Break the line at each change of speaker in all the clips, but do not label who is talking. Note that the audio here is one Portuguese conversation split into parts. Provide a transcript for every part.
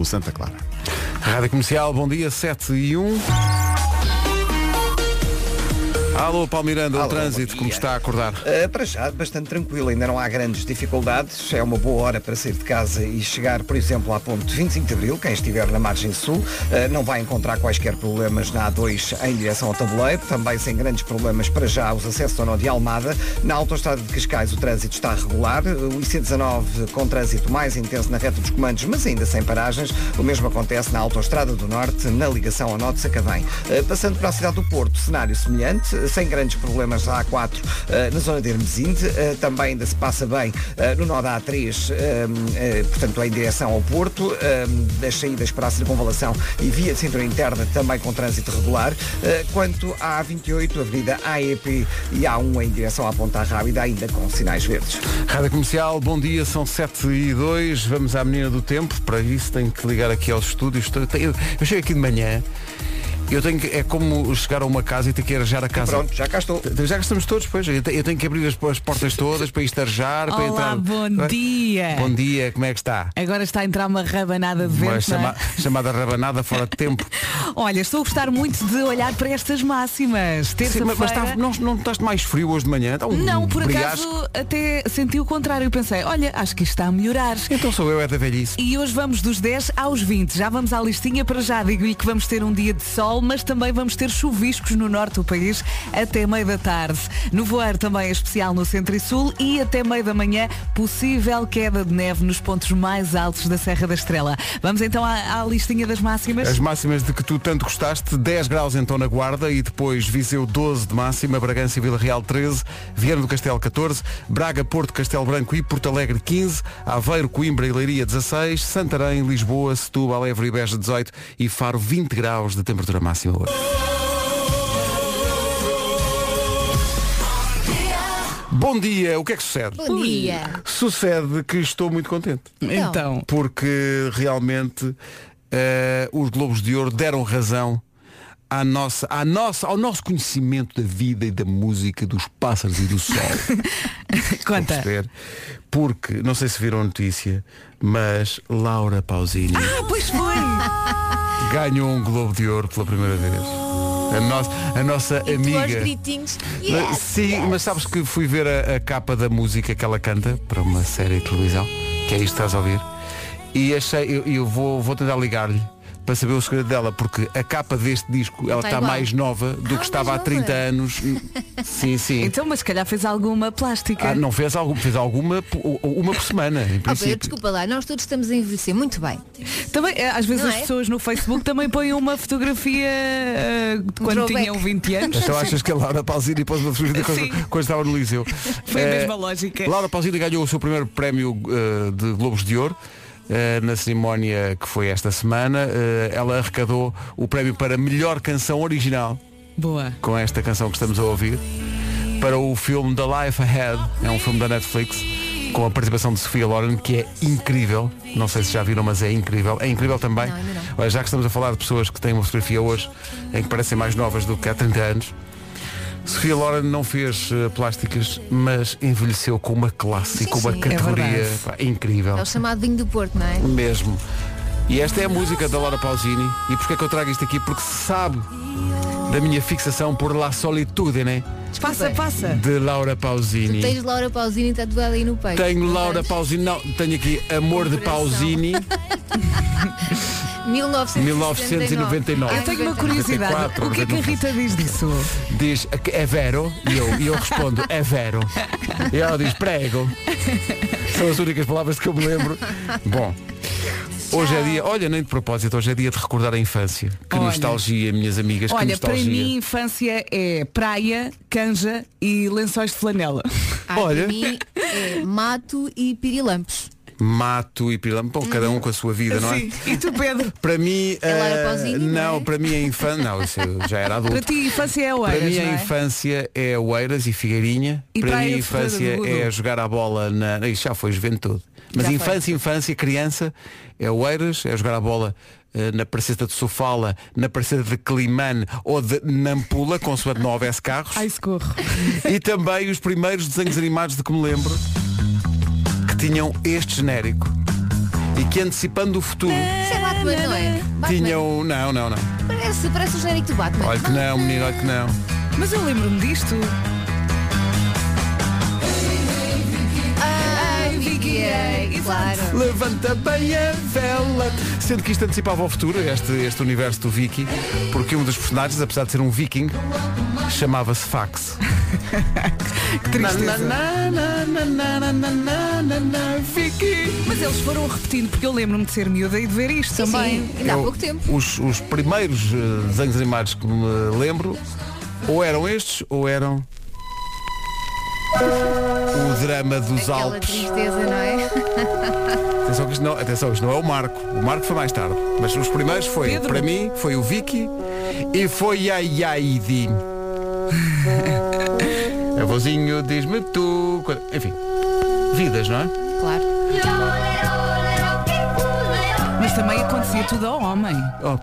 o Santa Clara.
Rádio Comercial, bom dia, 7 e 1. Alô, Paulo Miranda, o
Alô,
trânsito,
bom
como
dia.
está a acordar?
Uh, para já, bastante tranquilo, ainda não há grandes dificuldades. É uma boa hora para sair de casa e chegar, por exemplo, à ponte 25 de Abril. Quem estiver na margem sul uh, não vai encontrar quaisquer problemas na A2 em direção ao tabuleiro. Também sem grandes problemas para já os acessos ao nó de Almada. Na autoestrada de Cascais o trânsito está regular. O IC19 com trânsito mais intenso na reta dos comandos, mas ainda sem paragens. O mesmo acontece na autoestrada do Norte, na ligação ao nó de Sacavém. Eh, Passando para a cidade do Porto, cenário semelhante, eh, sem grandes problemas na A4 eh, na zona de Hermesinde. Eh, Também ainda se passa bem eh, no nó da A3, eh, eh, portanto, em direção ao Porto, eh, das saídas para a circunvalação e via de cintura interna também com trânsito regular. Eh, Quanto à A28, Avenida AEP e A1 em direção à Ponta Rábida, ainda com sinais verdes.
Rádio Comercial, bom dia, são 7 e 2, vamos à menina do tempo, para isso tenho que ligar aqui aos estúdios. Tenho- Eu, eu chego aqui de manhã, eu tenho que, é como chegar a uma casa e ter que arejar a casa. Então,
Pronto, já cá estou.
Já gastamos todos, pois. Eu te- eu tenho que abrir as, as portas todas para isto arejar, para
Olá,
entrar.
bom
Não é?
dia.
Bom dia, como é que está?
Agora está a entrar uma rabanada de vento.
Uma
não é?
chama- chamada rabanada fora de tempo.
Olha, estou a gostar muito de olhar para estas máximas.
Sim,
Terça-feira.
mas mas está- não, não estás mais frio hoje de manhã? Está um
Não, por
briasco.
acaso até senti o contrário. Eu pensei, olha, acho que isto está a melhorar.
Então sou eu, é da velhice.
E hoje vamos dos 10 aos 20. Já vamos à listinha para já. Digo-lhe que vamos ter um dia de sol, mas também vamos ter chuviscos no norte do país até meio da tarde. No voar também é especial no centro e sul e até meio da manhã possível queda de neve nos pontos mais altos da Serra da Estrela. Vamos então à, à listinha das máximas.
As máximas de que tu tanto gostaste, 10 graus então na Guarda e depois Viseu 12 de máxima, Bragança e Vila Real 13, Viana do Castelo 14, Braga, Porto, Castelo Branco e Porto Alegre 15, Aveiro, Coimbra e Leiria 16, Santarém, Lisboa, Setúbal, Évora e Beja 18 e Faro 20 graus de temperatura máxima hoje. Bom dia, o que é que sucede?
Bom dia.
Sucede que estou muito contente
Então.
porque realmente eh, os Globos de Ouro deram razão à nossa, à nossa, ao nosso conhecimento da vida e da música, dos pássaros e do sol.
conta.
perceber? Porque, não sei se viram a notícia, mas Laura Pausini
Ah, pois foi!
Ah!
ganhou um Globo de Ouro pela primeira vez. A, nossa a nossa
E tu aos
amiga.
gritinhos.
Mas,
Yes,
Sim,
yes.
mas sabes que fui ver a, a capa da música que ela canta para uma série de televisão, que é isto que estás a ouvir, e achei, eu, eu vou, vou tentar ligar-lhe para saber o segredo dela, porque a capa deste disco, ela
Está
está
Tá igual.
mais nova do
Ah,
que estava há
mais
30
nova.
anos. Sim, sim.
Então, mas se calhar fez alguma plástica.
Ah, não fez, algum, fez alguma po- uma por semana, em
Oh, Pedro,
princípio.
desculpa lá, nós todos estamos a envelhecer muito bem.
Também, eh, às vezes
Não
as
é?
pessoas no Facebook também põem uma fotografia eh, de quando
Um throwback.
tinham 20 anos.
Então achas que a Laura Pausini pôs uma fotografia quando,
Sim.
quando estava no Liceu?
Foi a
Eh,
mesma lógica.
Laura Pausini ganhou o seu primeiro prémio eh, de Globos de Ouro. eh, na cerimónia que foi esta semana, eh, ela arrecadou o prémio para melhor canção original,
Boa.
com esta canção que estamos a ouvir, para o filme The Life Ahead, é um filme da Netflix, com a participação de Sofia Loren, que é incrível. Não sei se já viram, mas é incrível. É incrível também.
Não, ainda não.
Olha, já que estamos a falar de pessoas que têm uma fotografia hoje em que parecem mais novas do que há 30 anos. Sofia Loren não fez eh, plásticas, mas envelheceu com uma classe e
Sim,
com uma
sim, é
categoria
verdade.
pá, incrível.
É o chamado vinho do Porto, não é?
Mesmo. E esta é a música da Laura Pausini. E porquê é que eu trago isto aqui? Porque se sabe da minha fixação por La Solitude, né?
Passa,
bem.
passa.
De Laura Pausini.
Tens Laura Pausini tatuada aí no peito.
Tenho
não
Laura
tens?
Pausini. Não, tenho aqui Amor de
Coração.
Pausini,
1999.
1999.
Eu tenho uma curiosidade.
94,
o que é que a Rita diz disso?
Diz, é vero? E eu, e eu respondo, é vero. E ela diz, prego. São as únicas palavras que eu me lembro. Bom, hoje é dia, olha, nem de propósito, hoje é dia de recordar a infância. Que
Olha.
nostalgia, minhas amigas, que é
Olha, para
nostalgia.
mim, infância é praia, canja e lençóis de flanela.
Ai,
Olha.
Ah, para mim é mato e pirilampos.
Mato e pilampo, bom, cada um com a sua vida, não é?
Sim. E tu, Pedro?
Para mim,
É Laura
eh,
Pausini, não é?
não, para mim a infância, não, isso eu já era adulto.
Para ti, infância é
Para
Oeiras,
mim a
não é?
infância é Oeiras e Figueirinha.
E
para
Praia
mim a
de Ferreira do
infância
Gudu.
é jogar a bola na. Isso já foi juventude. Mas
Já foi.
infância, infância, criança, é Oeiras, é jogar a bola eh, na Praceta de Sofala, na Praceta de Climane ou de Nampula, consoante não houvesse carros.
Ai, socorro.
E também os primeiros desenhos animados de que me lembro que tinham este genérico. e que antecipando o futuro
Isso é Batman, não é? Batman.
tinham. um- Não, não, não.
Parece, parece o genérico do Batman.
Olha que não, menino, olha que não.
Mas eu lembro-me disto.
Ah, fiquei, claro.
Levanta bem a vela. Sendo que isto antecipava ao futuro, este, este universo do Viking, porque um dos personagens, apesar de ser um viking, chamava-se Fax.
Que tristeza.
Na, na, na, na, na, na, na, na, na, Viking.
Mas eles foram repetindo, porque eu lembro-me de ser miúda e de ver isto
Sim,
também.
sim, ainda há
Eu-
pouco tempo.
Os, os primeiros eh, desenhos animados que me lembro ou eram estes ou eram o drama dos
Aquela
Alpes.
tristeza, não é?
Atenção, que isto não, atenção, isto não é o Marco. O Marco foi mais tarde. Mas os primeiros foi,
Pedro.
para mim, foi o Vicky e foi a Yaidi. Avôzinho, diz-me tu. co- Enfim, vidas, não é?
Claro.
Mas também acontecia tudo ao homem.
Oh,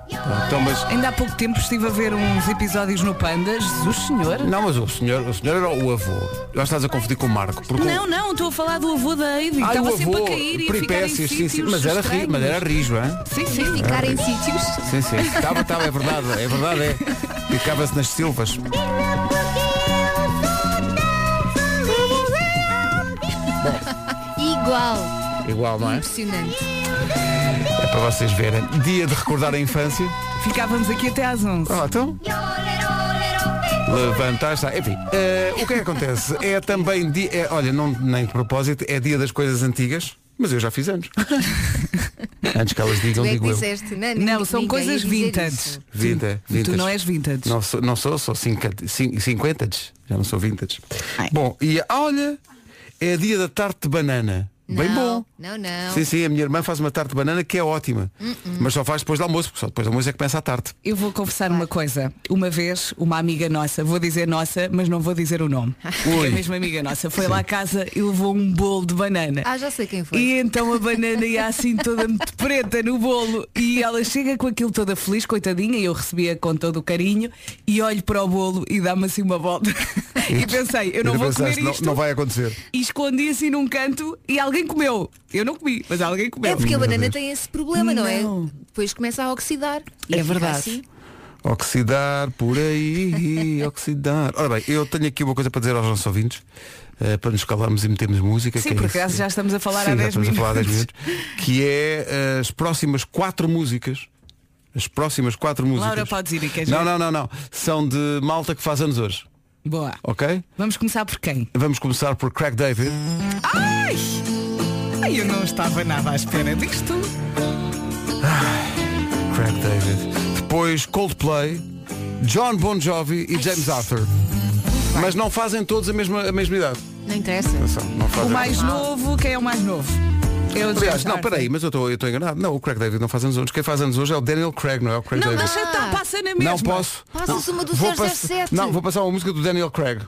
então, mas.
Ainda há pouco tempo estive a ver uns episódios no Panda. Jesus Senhor.
Não, mas o senhor, o senhor era o avô. Já estás a confundir com o Marco. Porque o-
Não, não, estou a falar do avô da Heidi.
Ai,
Estava
o avô,
sempre a cair e a ficar em
peripécias, sim, sim.
sítios
Mas era, ri-
estranhos.
mas era rijo, hein?
Sim, sim.
Ficar em sítios.
Sim, sim. Estava, estava, é verdade, é verdade, é. Ficava-se nas silvas.
Igual.
Igual, não é?
Impressionante.
É para vocês verem. Dia de recordar a infância.
Ficávamos aqui até às 11.
Ah, então. Levantaste. ah, Enfim, eh, o que é que acontece? É também dia. é, olha, não, nem de propósito, é dia das coisas antigas, mas eu já fiz anos. Antes que elas digam,
Tu é
Então
que
digo eu.
disseste, não,
Não, são
ninguém
coisas
ia dizer
vintage.
isso.
Vinta, vintas.
Tu não és vintage.
Não sou, não sou, sou 50, cin- 50, já não sou vintage. Bom, e ah, olha, é dia da tarte de banana. Bem
Não,
bom.
Não, não. Uh-uh.
Sim, sim, a minha irmã faz uma tarte de banana que é ótima. Mas só faz depois do almoço, porque só depois do almoço é que começa a tarte.
Eu vou confessar uma coisa. Uma vez, uma amiga nossa, vou dizer nossa, mas não vou dizer o nome.
Ui.
É a mesma amiga nossa. Foi lá à casa e levou um bolo de banana.
Ah, já sei quem foi.
E então a banana ia assim toda muito preta no bolo e ela chega com aquilo toda feliz, coitadinha, e eu recebia com todo o carinho e olho para o bolo e dá-me assim uma volta. E pensei, eu não
E
vou
pensaste,
comer
não-
isto.
não vai acontecer.
E escondi assim num canto e alguém comeu. Eu não comi, mas alguém comeu.
É porque a
Meu
banana
Deus.
tem esse problema, não,
Não.
é? Depois começa a oxidar. E
É
fica
verdade.
assim.
Oxidar por aí, oxidar. Ora bem, eu tenho aqui uma coisa para dizer aos nossos ouvintes, eh, para nos calarmos e metermos música.
Sim,
que é
por
isso.
acaso já estamos a falar
Sim,
há
já
10
estamos a falar há 10
minutos.
minutos, Que é eh, as próximas quatro músicas. As próximas quatro músicas.
Laura, podes ir, queres
Não,
ver?
não, não, não. São de malta que faz anos hoje,
Boa.
ok?
Vamos começar por quem?
Vamos começar por Craig David.
Ai! Ai, eu não estava nada à espera disto.
Craig David. Depois Coldplay, John Bon Jovi e James Arthur. Mas não fazem todos a mesma, a mesma idade.
Não interessa.
Atenção, não
O
fazem
mais novo, quem é o mais novo? Eu
Aliás, não, peraí, mas eu estou enganado. Não, o Craig David não faz anos hoje. Quem faz anos hoje é o Daniel Craig, não é o Craig
Não,
David.
deixa então, passa na mesma.
Não posso.
Passas Ah. uma do
Vou
007.
Não, vou passar uma música do Daniel Craig.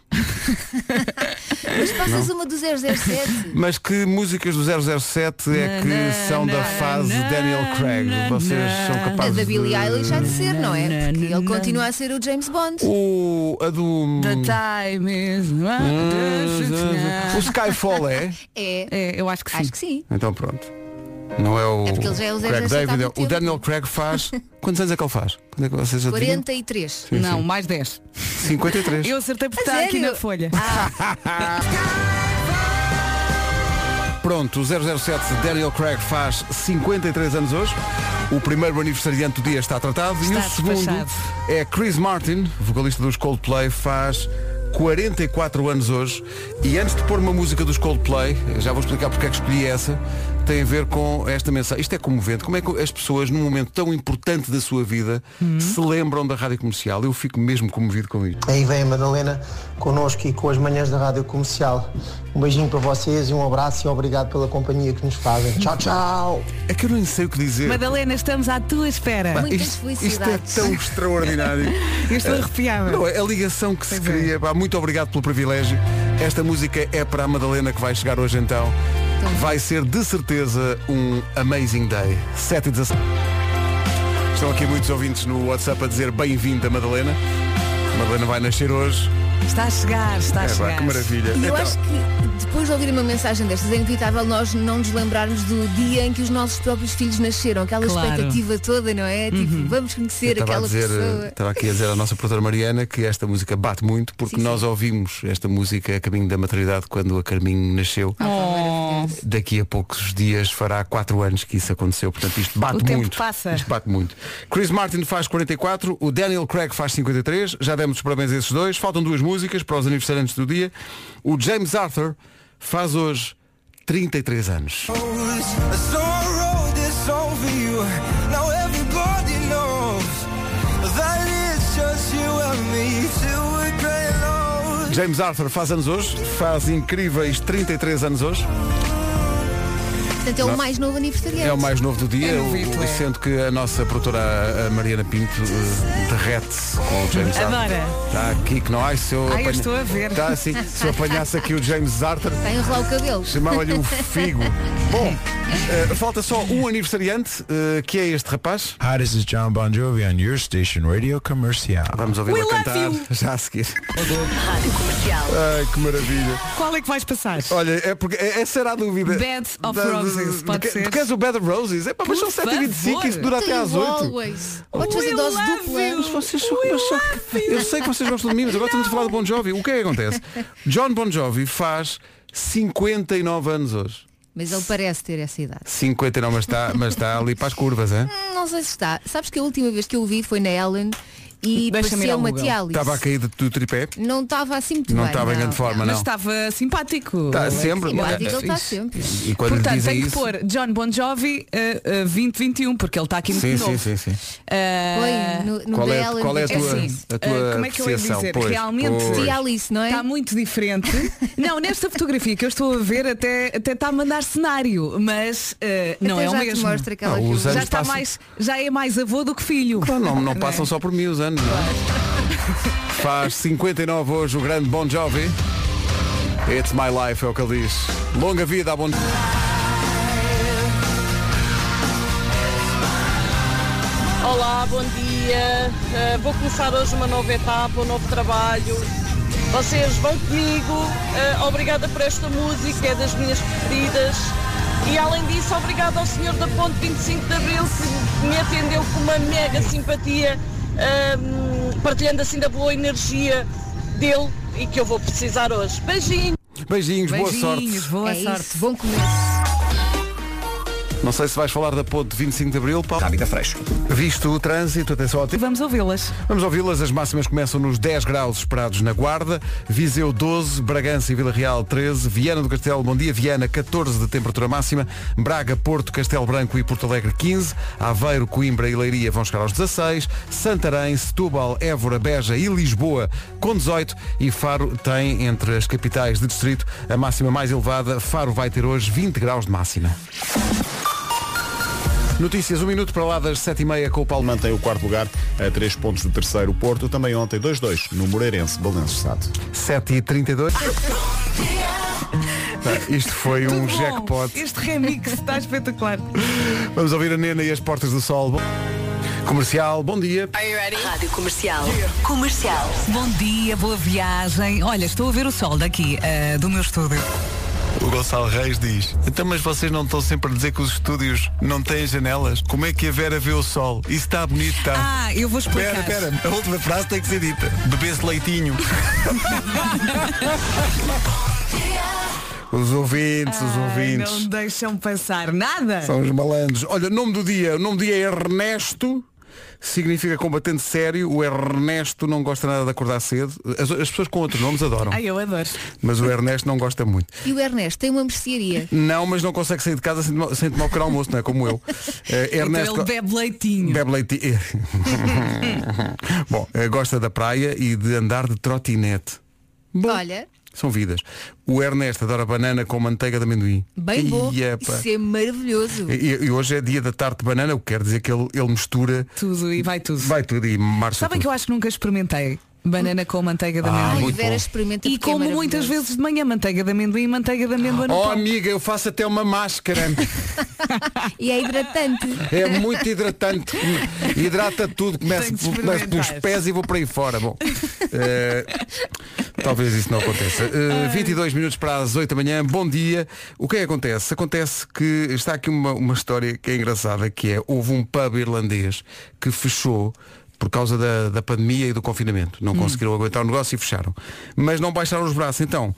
Mas passas uma do 007.
Mas que músicas do 007 é que
na,
são da
na,
fase
na,
Daniel Craig?
na,
Vocês
na.
são
A
capazes
Ah, da Billie
de...
Eilish já de ser, não é?
Não,
Porque
não,
ele
não.
continua a ser o James Bond.
O... a do... Ah,
The time is
O Skyfall é?
É.
É, eu acho que sim.
Acho que sim.
Então pronto. Não é o
É porque ele já é o
Craig
007 há
David. é-
muito
O
tempo.
Daniel Craig faz... Quantos anos é que ele faz? Quando é que vocês adivinham?
43.
não, mais 10.
53.
Eu acertei por
A
estar aqui
sério? Ah.
na folha.
Pronto, o 007 Daniel Craig faz 53 anos hoje. O primeiro aniversariante do dia está tratado. e
Está
o segundo
despachado.
é Chris Martin, vocalista dos Coldplay, faz 44 anos hoje. E antes de pôr uma música dos Coldplay, já vou explicar porque é que escolhi essa, tem a ver com esta mensagem. Isto é comovente. Como é que as pessoas, num momento tão importante da sua vida, se lembram da rádio comercial? Eu fico mesmo comovido com isto.
Aí vem a Madalena connosco e com as manhãs da Rádio Comercial. Um beijinho para vocês e um abraço e obrigado pela companhia que nos fazem. Tchau, tchau!
É que eu nem sei o que dizer.
Madalena, estamos à tua espera.
Muitas
isto, isto é
felicidades.
tão extraordinário.
Eu estou arrepiada.
Não, é a ligação que se
Pois é.
cria. Pá, muito obrigado pelo privilégio. Esta música é para a Madalena que vai chegar hoje então. Vai ser de certeza um amazing day. 7 e 17. Estão aqui muitos ouvintes no WhatsApp a dizer bem-vinda Madalena. A Madalena vai nascer hoje.
Está a chegar, está a
É, pá,
chegar.
que maravilha.
E eu
Então,
acho que depois de ouvir uma mensagem destas, é inevitável nós não nos lembrarmos do dia em que os nossos próprios filhos nasceram. Aquela
Claro. Uhum.
expectativa toda, não é? Tipo, vamos conhecer
Estava, a
aquela
dizer, eh,
pessoa.
estava aqui a dizer à nossa produtora Mariana que esta música bate muito porque nós ouvimos esta música a caminho da maternidade quando a Carminho nasceu.
Ah,
Daqui a poucos dias fará 4 anos que isso aconteceu, portanto isto bate
O tempo
muito.
passa.
Isto bate muito. Chris Martin faz 44, o Daniel Craig faz 53, já demos os parabéns a esses dois, faltam duas músicas para os aniversariantes do dia. O James Arthur faz hoje 33 anos. James Arthur faz anos hoje, faz incríveis 33 anos hoje.
Portanto, é o mais novo aniversariante.
É o mais novo do dia,
É
o-
novito, é.
sendo que a nossa produtora a Mariana Pinto eh, derrete-se com o James Arthur.
Adora.
Está Tá aqui que não há, se eu,
Ai, Ah, eu estou a ver.
Está assim, se eu apanhasse aqui o James Arthur,
Está a enrolar o cabelo.
chamava-lhe o Figo. Bom, eh, falta só um aniversariante, eh, que é este rapaz.
Hi, this is John Bon Jovi on your station, Radio Comercial. Oh,
Vamos
We
ouvi-lo
love
cantar
you.
já a seguir. Ai, que maravilha.
Qual é que vais passar?
Olha, é porque é- essa era a dúvida.
Bed of
Da- da-
Roses,
do
pode
que-
ser.
do que és o Bed of Roses? É para mas
Por
são 7h25
favor.
e isso dura até
You
às 8
always. Podes
We
fazer dose
love you.
dupla.
Mas vocês são- mas só- eu sei que vocês gostam de mim, mas agora estamos a falar de Bon Jovi. O que é que acontece? John Bon Jovi faz 59 anos hoje.
Mas ele parece ter essa idade.
59, mas está, mas está ali para as curvas, hein?
Hum, Não sei se está. Sabes que a última vez que eu o vi foi na Ellen
Deixa-me
e
ir
parecia
ao
uma
Google.
tialice.
Estava a cair do, do tripé,
Não estava assim muito
não
bem.
estava em grande forma,
Mas
não.
estava simpático.
Está sempre.
Sim, eu acho que ele está
Isso.
sempre.
E quando lhe
Portanto,
dizem
tem que
isso.
pôr John Bon Jovi eh, eh, 2021, porque ele está aqui muito
Sim,
novo.
sim, sim, sim.
Eh,
Foi no, no
Qual
da
é,
Ellen.
qual é a
é
tua,
assim,
a tua
eh, como é que eu ia
apreciação?
dizer?
Pois,
Realmente-
pois.
Tialice, não é?
Está muito diferente. Não, nesta fotografia que eu estou a ver até até está a mandar cenário, mas eh, não
Até
é o
já te
mesmo.
mostra aquela
Não, os
que eu-
anos
Já está
passam-
mais, já é mais avô do que filho. é?
Claro, não,
é?
não passam só por mim os anos, não é? Faz 59 hoje o grande Bon Jovi. It's my life, é o que ele diz. Longa vida a Bon
Olá, bom dia. Eh, vou começar hoje uma nova etapa, um novo trabalho. Vocês vão comigo. Eh, obrigada por esta música, é das minhas preferidas. E além disso, obrigada ao senhor da Ponte 25 de Abril que me atendeu com uma mega simpatia, ehm, partilhando assim da boa energia dele e que eu vou precisar hoje. Beijinhos!
Beijinhos, boa sorte.
Beijinhos, boa
é isso.
sorte.
Bom começo.
Não sei se vais falar da ponte de 25 de Abril, Paulo.
Rábida fresco.
Visto o trânsito, atenção ao tempo.
Vamos ouvi-las.
Vamos ouvi-las, as máximas começam nos 10 graus esperados na Guarda, Viseu 12, Bragança e Vila Real 13, Viana do Castelo, Bom Dia, Viana 14 de temperatura máxima, Braga, Porto, Castelo Branco e Porto Alegre 15, Aveiro, Coimbra e Leiria vão chegar aos 16, Santarém, Setúbal, Évora, Beja e Lisboa com 18 e Faro tem entre as capitais de distrito a máxima mais elevada, Faro vai ter hoje 20 graus de máxima. Notícias, um minuto para lá das 7h30 com o Paulo Manta.
Mantém o quarto lugar a três pontos do terceiro o Porto. Também ontem 2-2 no Moreirense Balanço Estado.
7 e 32 Isto foi
Ah, Tudo
um
bom.
jackpot.
Este remix está espetacular.
Vamos ouvir a Nena e as Portas do Sol. Bom- Comercial, bom dia.
Rádio Comercial. Comercial.
Bom dia, boa viagem. Olha, estou a ver o sol daqui eh, do meu estúdio.
O Gonçalo Reis diz Então mas vocês não estão sempre a dizer que os estúdios não têm janelas? Como é que a Vera vê o sol? Isso está bonito,
Então,
está
Ah, eu vou explicar.
Espera, espera, a última frase tem que ser dita Bebê-se leitinho
Os ouvintes, os
Ai,
ouvintes.
não deixam passar nada.
São os malandros. Olha, nome do dia. O nome do dia é Ernesto. Significa combatente sério. O Ernesto não gosta nada de acordar cedo. As, as pessoas com outros nomes adoram.
Ai, eu adoro.
Mas o Ernesto não gosta muito.
E o Ernesto tem uma mercearia.
Não, mas não consegue sair de casa sem tomar, sem tomar o pequeno almoço, não é? Como eu. Eh,
então ele bebe leitinho.
Bebe leite. Bom, eh, gosta da praia e de andar de trotinete. Bom,
Olha,
São vidas. O Ernesto adora banana com manteiga de amendoim.
bem bom.
E, epa.
Isso é maravilhoso.
E- e hoje é dia da tarde de banana, o que quer dizer que ele, ele mistura,
Tudo e vai tudo.
vai tudo e marcha
Sabem que
tudo.
eu acho que nunca experimentei banana com manteiga de
Ah,
Ai,
amendoim.
muito
Vera
bom.
experimenta
E
porque é
como muitas
maravilhoso.
vezes de manhã manteiga de amendoim e manteiga de amêndoa no
Oh
pão.
amiga, eu faço até uma máscara.
E é hidratante.
É muito hidratante. Hidrata tudo. Começo,
Tenho de
começo pelos
experimentar.
pés e vou para aí fora. Bom, eh, Talvez isso não aconteça. Uh, 22 minutos para as 8 da manhã, bom dia. O que é que acontece? Acontece que está aqui uma, uma história que é engraçada, que é houve um pub irlandês que fechou por causa da, da pandemia e do confinamento. Não
Hum.
conseguiram aguentar o negócio e fecharam. Mas não baixaram os braços. Então,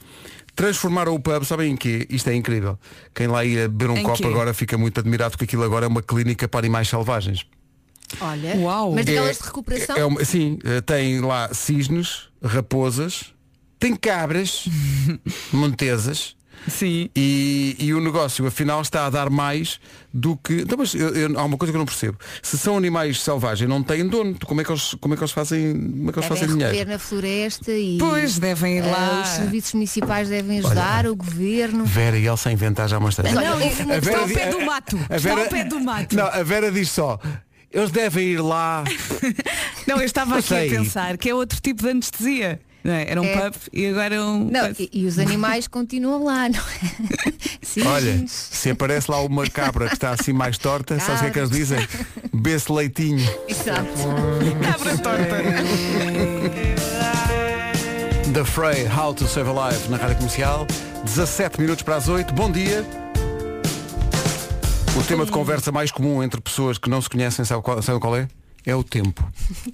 transformaram o pub, sabem em quê? Isto é incrível. Quem lá ia beber um
Em
copo
quê?
agora fica muito admirado porque aquilo agora é uma clínica para animais selvagens.
Olha. Uau. Mas daquelas de recuperação.
É uma- sim, eh, tem lá cisnes, raposas, tem cabras, montesas.
Sim.
E, e o negócio afinal está a dar mais do que. Então, mas eu- eu- há uma coisa que eu não percebo. Se são animais selvagens, não têm dono, como é que eles, como é que eles fazem, como é que eles
Devem
fazem dinheiro?
recolher na floresta e.
Pois, devem ir
eh,
lá.
os serviços municipais devem ajudar, o governo.
Vera e Elsa inventar já uma história.
Mas olha, Não, houve uma- está ao pé do mato. Está ao pé do mato.
Não, a Vera diz só, eles devem ir lá.
Não, eu estava
Não
aqui a
sei.
pensar que é outro tipo de anestesia. Não é? Era um
É.
pub e agora é um.
Não, e, e os animais continuam lá, não é? Sim,
Olha, se aparece lá uma cabra que está assim mais torta, sabes o que é que eles dizem? Bê-se leitinho.
Exato.
Cabra
The Frey, How to Save a Life, na Rádio Comercial. 17 minutos para as 8. Bom dia. O tema de conversa mais comum entre pessoas que não se conhecem, sabe qual, sabe qual é? É o tempo,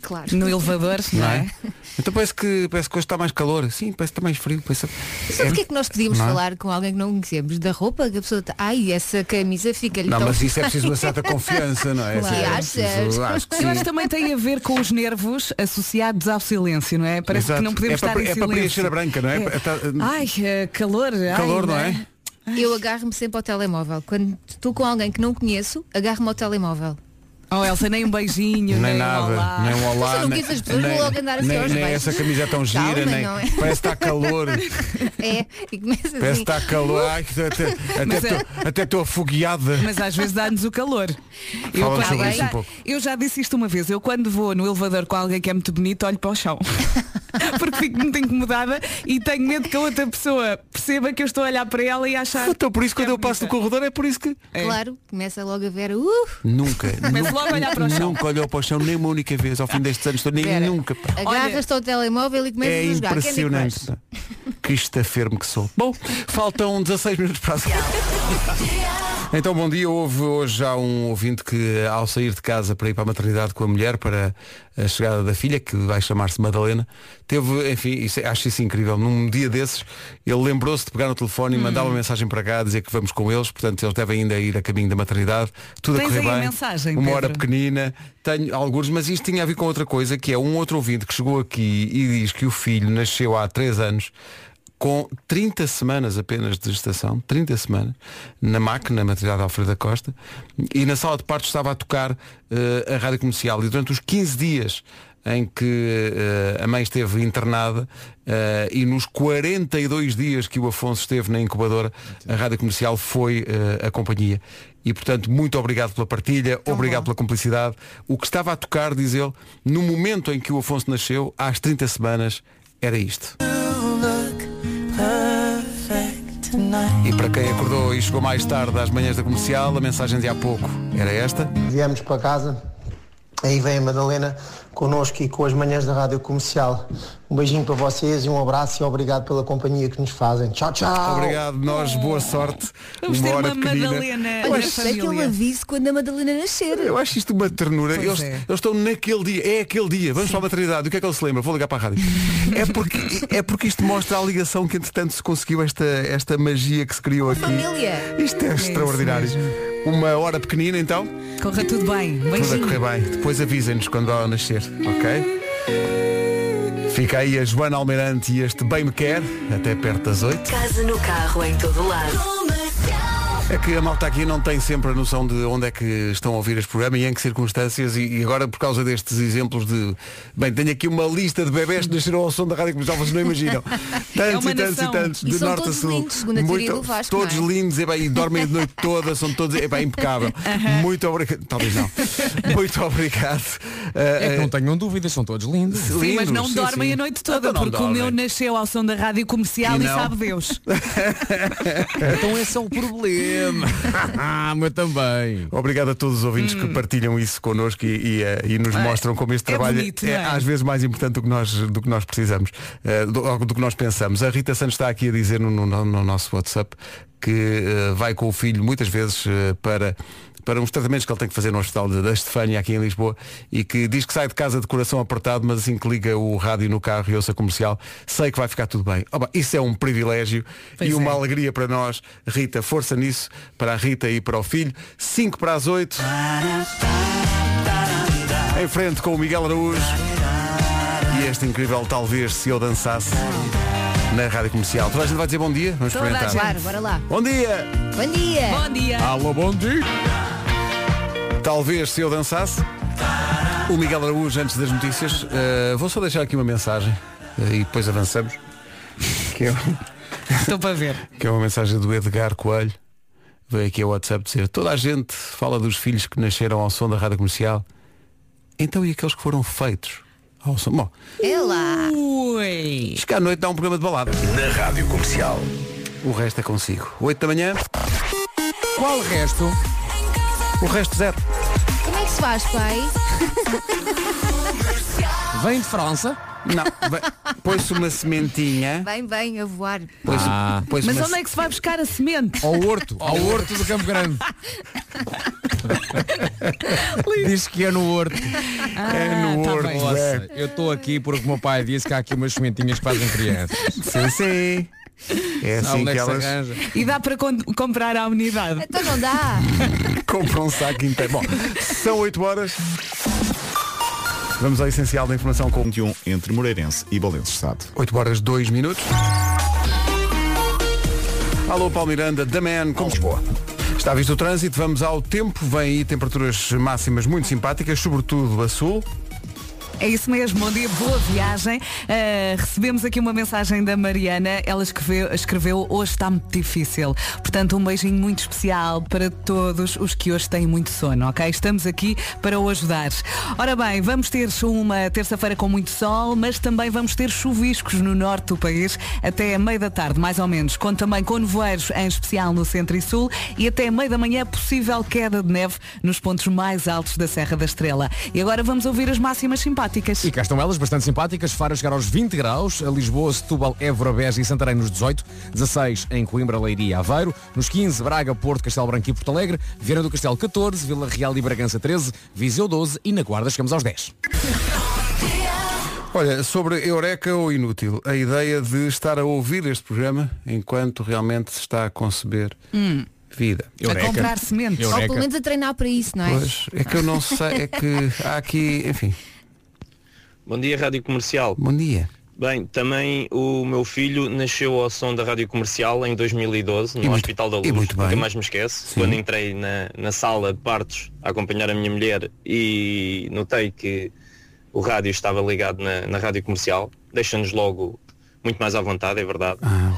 Claro.
No elevador,
não é? Então parece que, parece que hoje está mais calor. Sim, parece que está mais frio. Parece...
Sabe porque é que nós podíamos
Não é?
falar com alguém que não conhecemos? Da roupa que a pessoa está. Ai, essa camisa fica-lhe
Não,
tão
mas isso é preciso
bem."
uma certa confiança, não é?
Então- Claro.
Isso é preciso- acho que sim.
Eu acho que também tem a ver com os nervos associados ao silêncio, não é? Parece
Exato.
que não podemos
é
estar
para,
em
É para preencher
silêncio.
a branca, não é?
É.
Tá-
Ai, eh, calor.
Calor, não é?
Eu agarro-me sempre ao telemóvel. Quando estou com alguém que não conheço, agarro-me ao telemóvel.
Oh, Elsa, nem um
é
beijinho,
Nem nada, nem um
Mas eu
olá,
não
nem,
quis as pessoas, vou logo andar assim
nem,
aos
nem
beijos.
essa camisa é tão gira,
Calma,
nem
não é?
parece que está calor,
É, e começa assim.
parece que está calor, Ai, que até até
Mas é-
estou até estou afogueada.
Mas às vezes dá-nos o calor.
Fala-nos
quando-
sobre isso um
já,
pouco.
eu já disse isto uma vez. Eu quando vou no elevador com alguém que é muito bonito, olho para o chão. Porque fico muito incomodada e tenho medo que a outra pessoa perceba que eu estou a olhar para ela e achar.
Então por isso quando eu passo no corredor é por isso que.
Claro, começa logo a ver. Uh,
Nunca,
Mas
nunca,
logo olhar para o chão.
nunca olhou para o chão nem uma única vez ao fim destes anos, estou nem
Vera,
nunca. pá.
agarras-te ao telemóvel e começas
É
a jogar. Candy Crush.
impressionante. pá. Que estafermo que sou. Bom, faltam 16 minutos para a Então, bom dia. Houve hoje já um ouvinte que, ao sair de casa para ir para a maternidade com a mulher, para a chegada da filha, que vai chamar-se Madalena, teve, enfim, isso, é- acho isso incrível. Num dia desses, ele lembrou-se de pegar no telefone e
Hum.
mandar uma mensagem para cá, dizer que vamos com eles, portanto, eles devem ainda ir a caminho da maternidade. Tudo
Tens
a correr
aí a
bem.
mensagem,
uma hora
Pedro?
pequenina, tenho alguns, mas isto tinha a ver com outra coisa, que é um outro ouvinte que chegou aqui e diz que o filho nasceu há três anos com 30 semanas apenas de gestação, 30 semanas, na MAC, na maternidade Alfredo da Costa, e na sala de partos estava a tocar eh, a rádio comercial. E durante os 15 dias em que eh, a mãe esteve internada eh, e nos 42 dias que o Afonso esteve na incubadora, a rádio comercial foi eh, a companhia. E portanto, muito obrigado pela partilha, obrigado pela cumplicidade. O que estava a tocar, diz ele, no momento em que o Afonso nasceu, às 30 semanas, era isto. E para quem acordou e chegou mais tarde às manhãs da comercial, a mensagem de há pouco era esta.
Viemos para casa, aí vem a Madalena connosco e com as manhãs da Rádio Comercial. Um beijinho para vocês e um abraço e obrigado pela companhia que nos fazem. Tchau, tchau.
Obrigado, nós, boa sorte.
Vamos
uma
ter
hora
uma
pequenina.
Madalena
Eu
Olha,
acho-
isto é que eu aviso quando a Madalena é nascer.
Eu acho isto uma ternura.
Pois
Eles,
é.
eles estão naquele dia, é aquele dia, vamos para a maternidade, o que é que ele se lembra? Vou ligar para a rádio. é, porque, é porque isto mostra a ligação que entretanto se conseguiu esta, esta magia que se criou aqui.
Família.
Isto é,
É isso
extraordinário. Uma hora pequenina então.
Corra tudo bem.
Tudo a
Beijinho.
correr bem. Depois avisem-nos quando ela nascer, ok? Fica aí a Joana Almeirante e este Bem Me Quer, até perto das 8.
Casa no carro, em todo lado.
É que a malta aqui não tem sempre a noção de onde é que estão a ouvir este programa e em que circunstâncias e, e agora por causa destes exemplos de bem, tenho aqui uma lista de bebés que nasceram ao som da Rádio Comercial, vocês não imaginam.
É
Tantos
uma
e tantos
nação.
e tantos,
E
de
são
norte a
todos
sul.
lindos, segundo a teoria do Vasco,
todos
não é?
lindos e, bem, e dormem de noite toda, são todos é, bem, impecável. Muito obrigado. Talvez não. Muito obrigado. eh,
É que não tenham dúvidas, são todos lindos.
Sim, mas não dormem a noite toda,
Então não
porque o meu
dormem.
nasceu ao som da rádio comercial
E
e,
não?
sabe Deus.
Então esse é o problema. mesmo. ah, meu também.
Obrigado a todos os ouvintes que partilham isso connosco e, e, eh, e nos
É.
mostram como este
É
trabalho
bonito,
é,
não é?
às vezes mais importante do que nós, do que nós precisamos, eh, do, ou do que nós pensamos. A Rita Santos está aqui a dizer no, no- no nosso WhatsApp que eh, vai com o filho muitas vezes eh, para para uns tratamentos que ele tem que fazer no Hospital de- da Estefânia aqui em Lisboa e que diz que sai de casa de coração apertado mas assim que liga o rádio no carro e ouça comercial sei que vai ficar tudo bem Oba, isso é um privilégio
Pois
e uma
é.
alegria para nós Rita, força nisso para a Rita e para o filho 5 para as 8 em frente com o Miguel Araújo e este incrível talvez se eu dançasse na rádio comercial. Toda a gente vai dizer bom dia? Vamos
Toda a gente.
experimentar.
Claro, Então bora lá.
Bom dia!
Bom dia.
Bom dia.
Alô, bom dia! Talvez se eu dançasse. O Miguel Araújo, antes das notícias, eh, vou só deixar aqui uma mensagem eh, e depois avançamos. Que é,
Estou para ver.
que é uma mensagem do Edgar Coelho. Veio aqui ao WhatsApp dizer, toda a gente fala dos filhos que nasceram ao som da rádio comercial. Então e aqueles que foram feitos ao som? Bom,
É lá.
Ui.
Isto cá à noite dá um programa de balada. Na Rádio Comercial. O resto é consigo. 8 da manhã. Qual o resto? O resto zero.
Como é que se faz, pai?
Vem de França?
Não. Põe-se uma sementinha.
Bem, bem, a voar.
Põe-se
Ah.
põe-se
Mas
uma
onde é que se vai buscar a semente?
Ao Horto, ao Horto do Campo Grande. Diz que é no Horto.
Ah,
É
tá bem.
Nossa, é. eu estou aqui porque o meu pai disse que há aqui umas sementinhas que fazem crianças.
Sim, sim. É
Sabe
assim
onde
que
é se
elas
arranja?
E dá para con- comprar à unidade.
Então não dá.
compram um saco inteiro. Bom, são 8 horas. Vamos ao essencial da informação com
21 entre Moreirense e Balenço Estado.
8 horas 2 minutos. Alô Paulo Miranda, The Man, como Lisboa. Está visto o trânsito, vamos ao tempo, vem aí temperaturas máximas muito simpáticas, sobretudo a sul.
É isso mesmo, bom dia, boa viagem. Uh, recebemos aqui uma mensagem da Mariana, ela escreveu, escreveu hoje está muito difícil. Portanto, um beijinho muito especial para todos os que hoje têm muito sono, ok? Estamos aqui para o ajudar. Ora bem, vamos ter uma terça-feira com muito sol, mas também vamos ter chuviscos no norte do país até a meia da tarde, mais ou menos, com também convoeiros, em especial no centro e sul, e até a meia da manhã possível queda de neve nos pontos mais altos da Serra da Estrela. E agora vamos ouvir as máximas simpáticas.
E cá estão elas, bastante simpáticas. Faro a chegar aos 20 graus. A Lisboa, Setúbal, Évora, Beja e Santarém nos 18. 16 em Coimbra, Leiria e Aveiro. Nos 15, Braga, Porto, Castelo Branco e Porto Alegre. Viana do Castelo 14, Vila Real e Bragança 13, Viseu 12 e na Guarda chegamos aos 10.
Olha, sobre Eureka ou Inútil, a ideia de estar a ouvir este programa enquanto realmente se está a conceber
Hum.
vida.
A comprar sementes.
Ou pelo menos a treinar para isso, não é?
Pois, é que eu não sei, é que há aqui, enfim,
Bom dia, Rádio Comercial.
bom dia.
Bem, também o meu filho nasceu ao som da Rádio Comercial em 2012, no
muito-
Hospital da
e
Luz.
muito bem.
Nunca mais me esqueço.
Sim.
Quando entrei na, na sala de partos a acompanhar a minha mulher e notei que o rádio estava ligado na, na Rádio Comercial, deixa-nos logo muito mais à vontade, é verdade. Ah,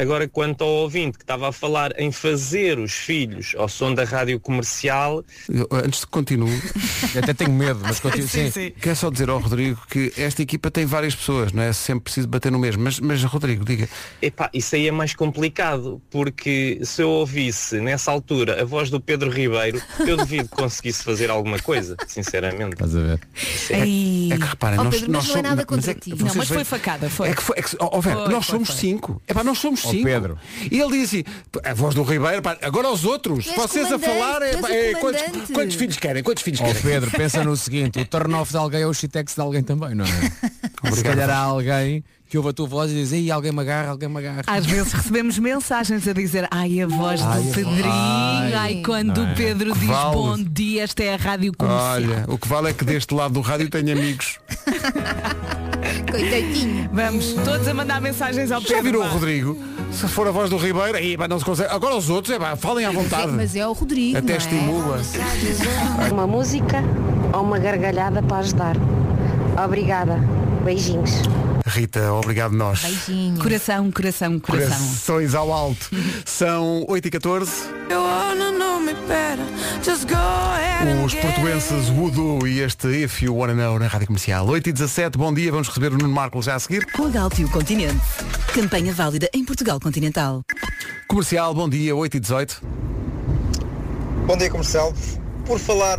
agora, quanto ao ouvinte que estava a falar em fazer os filhos ao som da Rádio Comercial,
Eu, antes de que continue,
Eu até tenho medo, mas continuo. sim.
quero só dizer ao Rodrigo que esta equipa tem várias pessoas, não é sempre preciso bater no mesmo, mas, mas Rodrigo, diga,
Epá, isso aí é mais complicado, porque se eu ouvisse nessa altura a voz do Pedro Ribeiro, eu duvido que conseguisse fazer alguma coisa, sinceramente.
Estás a ver?
Ai.
É que reparem,
Oh,
nós,
Pedro, mas
nós
não é
somos-
nada
mas
contra
que
ti. Não,
Não,
vocês
mas foi
veem-
facada, foi.
É que foi, é que- oh, Vera,
Foi,
nós
foi,
somos
foi.
cinco. É pá, nós somos
Oh,
cinco.
Pedro.
E ele diz assim, a voz do Ribeiro, pá, agora aos outros,
Tu és
vocês a
comandante,
falar, é,
tu és
pá,
o
é, quantos,
comandante.
quantos filhos querem? Quantos filhos
Ó
querem?
Oh, Pedro, pensa no seguinte, o turn off de alguém é o shitex de alguém também, não é? Se
Obrigado.
calhar há alguém que ouve a tua voz e diz, ei, alguém me agarra, alguém me agarra.
Às vezes recebemos mensagens a dizer Ai, a voz do Pedrinho Ai, é? quando o Pedro diz
vale.
Bom dia, esta é a rádio comercial
Olha, o que vale é que deste lado do rádio tenho amigos.
Coitadinho.
Vamos todos a mandar mensagens ao Pedro
Já virou o
vá.
Rodrigo? Se for a voz do Ribeiro, aí pá, não se consegue. Agora os outros, é, pá, falem à vontade.
Mas é o Rodrigo.
Até
não é?
estimula.
Uma música ou uma gargalhada para ajudar. Obrigada. Beijinhos.
Rita, obrigado nós.
Beijinho.
Coração, coração, coração
Corações ao alto. São 8 e 14 Os portuenses Voodoo e este If You Wanna Know na Rádio Comercial. 8 e 17 bom dia, vamos receber o Nuno Marco já a seguir.
Com a Galp e o Continente. Campanha válida em Portugal Continental.
Comercial, bom dia, 8 e 18
Bom dia, comercial. Por falar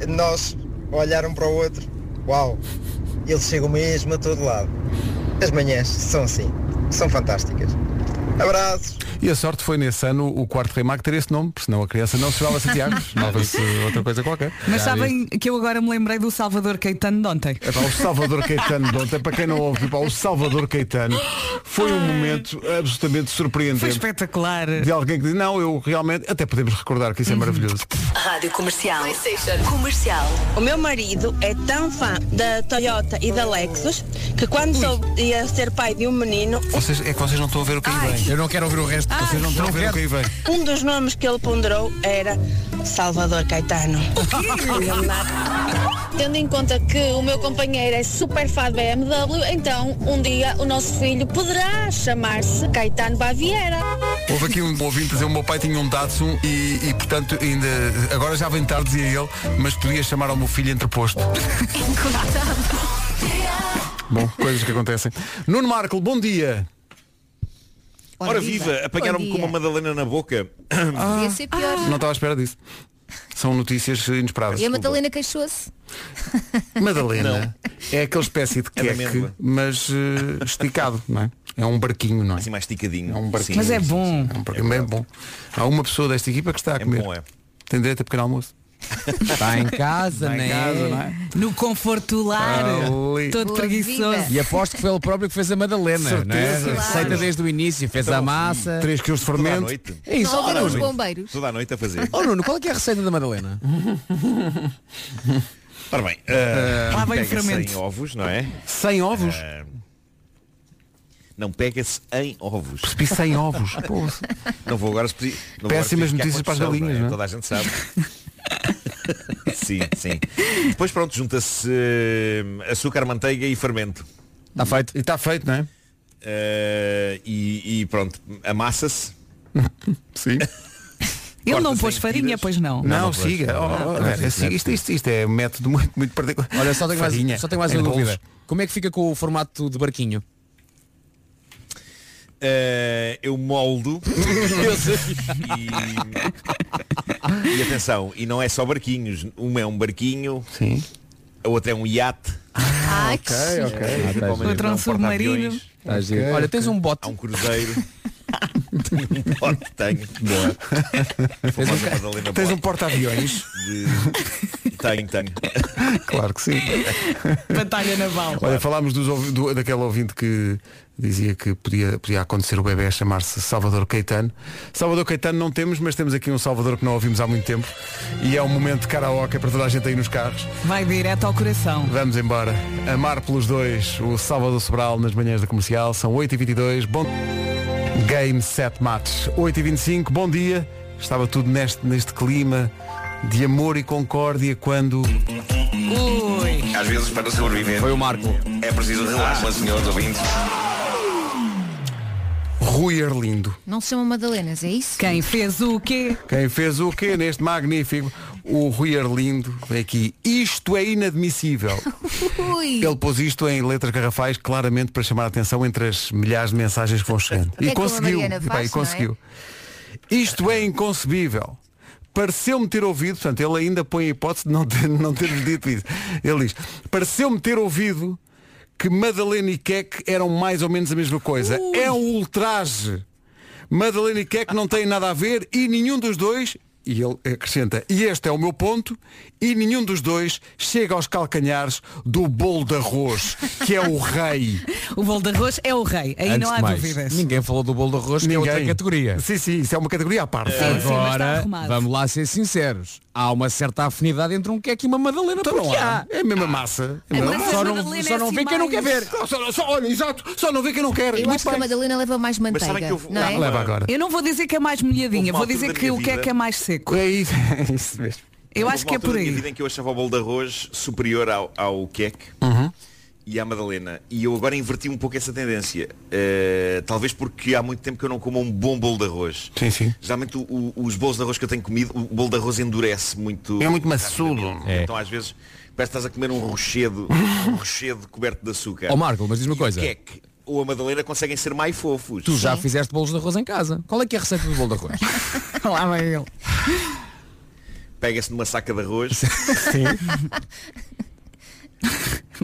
de nós olhar um para o outro, uau, eles chegam mesmo a todo lado. As manhãs são assim, são fantásticas. Abraços.
E a sorte foi nesse ano o quarto rei mago ter esse nome, porque senão a criança não se chamava Santiago, chamava-se outra coisa qualquer.
Mas sabem que eu agora me lembrei do Salvador Caetano de ontem.
É pá, o Salvador Caetano de ontem, para quem não ouve, pá, o Salvador Caetano foi um momento absolutamente surpreendente. Foi
espetacular.
De alguém que diz, não, eu realmente, até podemos recordar que isso é maravilhoso.
Rádio Comercial. Comercial.
O meu marido é tão fã da Toyota e da Lexus que quando soube ia ser pai de um menino,
Vocês, é que vocês não estão a ver o que aí vem.
Eu não quero ouvir o resto,
Ai.
vocês não estão a ver o que aí vem.
um dos nomes que ele ponderou era Salvador Caetano.
Tendo em conta que o meu companheiro é super fã de BMW, então um dia o nosso filho poderá chamar-se Caetano Baviera.
Houve aqui um ouvinte dizer o meu pai tinha um Datsun e, e, portanto ainda agora já vem tarde dizia ele, mas podia chamar ao meu filho entreposto.
Bom, coisas que acontecem. Nuno Marco, bom dia.
Ora, viva, apanharam-me com uma madalena na boca.
Podia ser pior.
Não estava à espera disso. São notícias inesperadas.
e a Madalena queixou-se.
Madalena é aquela espécie de
É de
queque,
amêndoa.
mas eh, esticado, não é? É um barquinho, não é? Assim
mais esticadinho.
É um barquinho.
Mas é bom.
É um barquinho, é bom. Há uma pessoa desta equipa que está a comer. Tem direito a pequeno almoço.
Está em casa,
Está em
né?
casa, não é?
No conforto do lar,
Ali.
todo preguiçoso.
E aposto que foi ele próprio que fez a Madalena, não é?
Certeza, claro.
Receita desde o início, fez a massa.
3 kg de
Toda a
fermento.
noite.
É isso, ó,
Todos os
Nuno.
bombeiros.
Toda a noite a fazer.
Oh,
Ó, Nuno, qual é, que é a receita da Madalena?
Ora bem, ah,
Lá vem o
pega
fermento.
sem ovos, não é?
Sem ovos?
Ah, não, pega-se em ovos.
Percebi sem ovos. Poxa.
Não vou agora expedir. não vou agora
Péssimas
explicar
notícias para as
condição,
galinhas,
não é?
não é?
Toda a gente sabe. sim, sim. Depois pronto, junta-se hum, açúcar, manteiga e fermento.
Está feito. E está feito, não é?
Eh, e, e pronto, amassa-se.
Sim.
Ele não
Corta-se
pôs
em
farinha,
tiras.
pois não.
Não, siga. Oh, oh,
não,
é,
não,
siga.
não.
Isto, isto, isto é um método muito, muito particular.
Olha, só tenho
Farinha,
mais, só tenho mais uma
em bolos.
dúvida. Como é que fica com o formato de barquinho?
Eh, eu moldo e, e atenção, e não é só barquinhos, uma é um barquinho,
Sim.
a outra é um iate,
Ah, que chique.
Principalmente
Outro é um
não,
submarino.
porta-aviões.
Tá giro. Olha, tens um bote.
Há um cruzeiro. um bote tenho. Boa. Famosa Madalena
Tens um
Bote.
porta-aviões?
De- Tenho, tenho.
Claro que sim.
Batalha naval.
Olha, falámos dos ouvi- do- daquele ouvinte que dizia que podia, podia acontecer o bebê a chamar-se Salvador Caetano. Salvador Caetano não temos, mas temos aqui um Salvador que não ouvimos há muito tempo. E é um momento de karaoke para toda a gente aí nos carros.
Vai direto ao coração.
Vamos embora. Amar pelos dois, o Salvador Sobral nas manhãs da comercial. São 8h22. Bom... Game Set Match. 8h25, bom dia. Estava tudo neste, neste clima de amor e concórdia quando...
Ui.
Às vezes, para sobreviver,
Foi o Marco.
é preciso relaxar, senhores ouvintes.
Rui Arlindo.
Não se chamam Madalenas, é isso?
Quem fez o quê?
Quem fez o quê neste magnífico? O Rui Arlindo vem aqui. Isto é inadmissível.
Ui.
Ele pôs isto em letras garrafais claramente para chamar a atenção entre as milhares de mensagens que vão chegando.
É como a Mariana
Epá,
faz,
e
não
conseguiu. Isto é inconcebível. Pareceu-me ter ouvido, portanto, ele ainda põe a hipótese de não, ter, não termos dito isso. Ele diz, pareceu-me ter ouvido que Madalena e Keck eram mais ou menos a mesma coisa. É um ultraje. Madalena e Keck não têm nada a ver e nenhum dos dois, e ele acrescenta, e este é o meu ponto, e nenhum dos dois chega aos calcanhares do bolo de arroz, que é o rei.
O bolo de arroz é o rei, aí
Antes
não há
de mais,
dúvidas.
Ninguém falou do bolo de arroz, que é outra
É assim. Ninguém.
categoria.
Sim, sim, isso é uma categoria à parte.
mas está
Agora,
arrumado.
vamos lá ser sinceros. Há uma certa afinidade entre um queque e uma Madalena.
Então não
porque
há.
há.
É a mesma massa. É a
A
mesma
massa
massa.
Só
de
não,
Madalena
só
é
não vê
assim
quem não quer
mais-
ver.
Só, só- olha, exato, só não vê quem não quer.
Eu
Muito
acho que a
bem.
Madalena leva mais manteiga.
que eu-
não é?
Leva agora.
Eu não vou dizer que é mais molhadinha,
Houve uma
vou
altura
dizer
da
que
minha
o que é
vida-
que é mais seco.
É isso, é isso mesmo.
Eu
Houve
acho
uma
que é
altura
por
da minha vida
aí.
em que eu achava o bolo de arroz superior ao, ao queque e à Madalena. E eu agora inverti um pouco essa tendência. Eh, talvez porque há muito tempo que eu não como um bom bolo de arroz.
Sim, sim.
Geralmente o- o- os bolos de arroz que eu tenho comido, o bolo de arroz endurece muito.
É muito maçudo.
rapidamente.
É.
Então às vezes parece que estás a comer um rochedo, um rochedo coberto de açúcar.
Ó, Marco, mas diz-me uma
E
coisa.
O queque ou a Madalena conseguem ser mais fofos.
Tu já fizeste bolos de arroz em casa. Qual é que é a receita do bolo de arroz?
Lá vai ele.
pega-se numa saca de arroz.
Sim.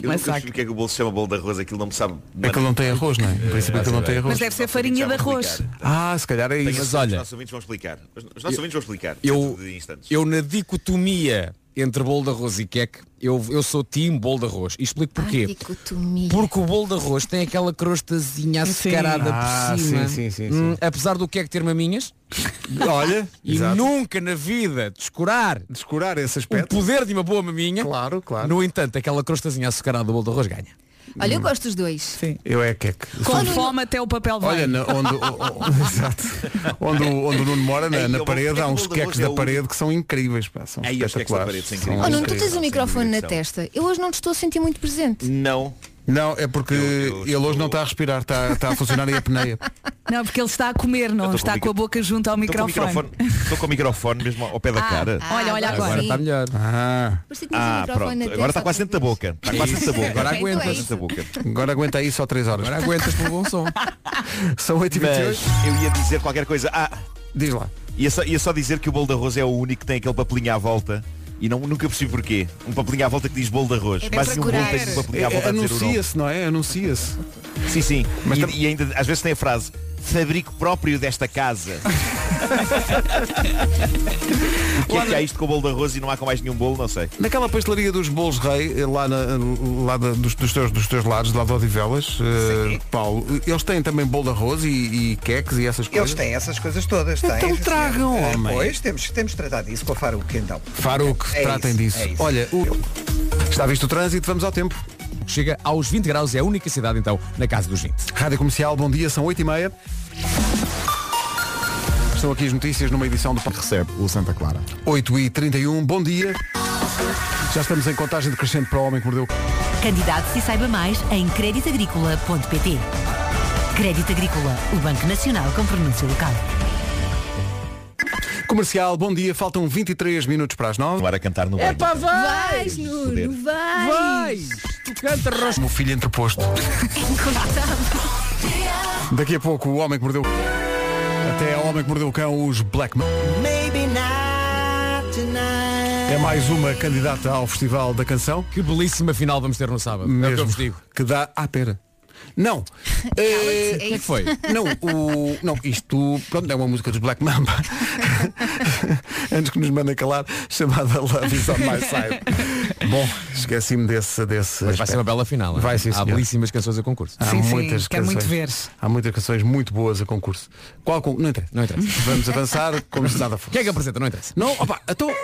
Eu nunca percebi porque é que o bolo se chama bolo de arroz, aquilo não me sabe.
Aquilo não tem arroz, não é? Em
Ah,
princípio aquilo não tem arroz.
Mas deve ser farinha de arroz.
Ah, se calhar é
Tenho
isso.
certeza que Os nossos ouvintes vão explicar. Os os nossos
Eu-
ouvintes vão explicar.
Eu,
dentro de instantes.
eu na dicotomia entre bolo de arroz e queque, eu, eu sou time bolo de arroz. E explico porquê.
Dicotomia.
Porque o bolo de arroz tem aquela crostazinha açucarada
Ah,
por cima.
sim, sim, sim,
Hum, apesar do que é que ter maminhas.
Olha,
e nunca na vida descurar.
Descurar esse aspecto.
O poder de uma boa maminha.
Claro, claro.
No entanto, aquela crostazinha açucarada do bolo de arroz ganha.
Olha, eu gosto dos dois. Sim.
Eu é queque.
Com fome até o papel vai.
Olha, na- onde, o- o- exato. onde, o- onde o Nuno mora, na, na parede, há uns queques da parede que são incríveis. Pá, são
Aí os queques da parede
espetaculares.
são
São
incríveis.
Oh, Nuno, tu
incríveis.
tens o microfone na testa. Eu hoje não te estou a sentir muito presente.
Não.
Não, é porque ele hoje não está a respirar, está, está a funcionar em apneia.
É
Não, porque ele está a comer, não
tô
está
com o
com a boca junto ao
Estou com, o
microfone.
microfone, estou com o microfone mesmo ao pé da
Ah,
cara.
ah, Olha, olha agora.
agora.
sim.
melhor.
Ah,
Parecia que tinhas o
ah
microfone na
pronto.
testa
Agora está quase dentro da boca. Está quase dentro da boca.
Agora
Está
aguentas.
quase dentro da boca.
Agora aguenta aí só 3 horas.
Agora aguentas pelo bom som.
São 8h28.
Mas eu ia dizer qualquer coisa. Ah,
Diz lá.
ia só, ia só dizer que o bolo de arroz é o único que tem aquele papelinho à volta. E não, nunca percebi porquê. Um papelinho à volta que diz bolo de arroz.
É
Mas
para
um bolo
curar.
tem um papelinho à volta
É,
a dizer o nome.
Anuncia-se, não é? Anuncia-se.
Sim, sim.
Mas
e,
tam-
e ainda às vezes tem a frase fabrico próprio desta casa. o que é que há isto com o bolo de arroz e não há com mais nenhum bolo? Não sei.
Naquela pastelaria dos bolos rei, eh, lá, na- lá da- dos, dos teus, dos teus lados, lá de Odivelas, eh, Paulo, eles têm também bolo de arroz e, e queques e essas coisas?
Eles têm essas coisas todas,
Então
têm. sim,
tragam,
senhor.
homem.
Pois, temos, temos tratado isso com a Faruque, então.
Faruque,
É
tratem
isso,
disso.
é isso.
Olha, o- está visto o trânsito, vamos ao tempo.
Chega aos 20 graus, é a única cidade então na casa dos 20.
Rádio Comercial, bom dia, são 8h30. Estão aqui as notícias numa edição do
Recebe o Santa Clara.
8h31, bom dia. Já estamos em contagem decrescente para o Homem que Mordeu.
Candidato-se e saiba mais em creditagricola.pt. Crédito Agrícola, o Banco Nacional com pronúncia local.
Comercial, bom dia, faltam 23 minutos para as 9.
Agora a cantar no
Epá, vai!
Vais, Nuno,
Poder.
vais.
Tu canta rosto.
Meu filho entreposto. Daqui a pouco o Homem que Mordeu. Até o Homem que Mordeu o Cão, os Black Man. É mais uma candidata ao Festival da Canção.
Que belíssima final vamos ter no sábado. É o que eu
Mesmo.
vos digo.
que dá. Ah, pera. Não. Eh,
O que é que foi?
Não, o, não, isto pronto, é uma música dos Black Mamba. Antes que nos mandem calar, chamada Love is on my side. Bom, esqueci-me é desse. desse
Mas vai ser uma bela final. hein?
Vai, sim,
Há
senhor.
belíssimas canções a concurso.
Há
Sim, sim,
muitas
quero
canções,
muito ver.
Há muitas canções muito boas a concurso. Qual con... Não interessa.
Não interessa.
Vamos avançar como se nada fosse.
Quem é que apresenta? Não interessa.
Não, opa, então.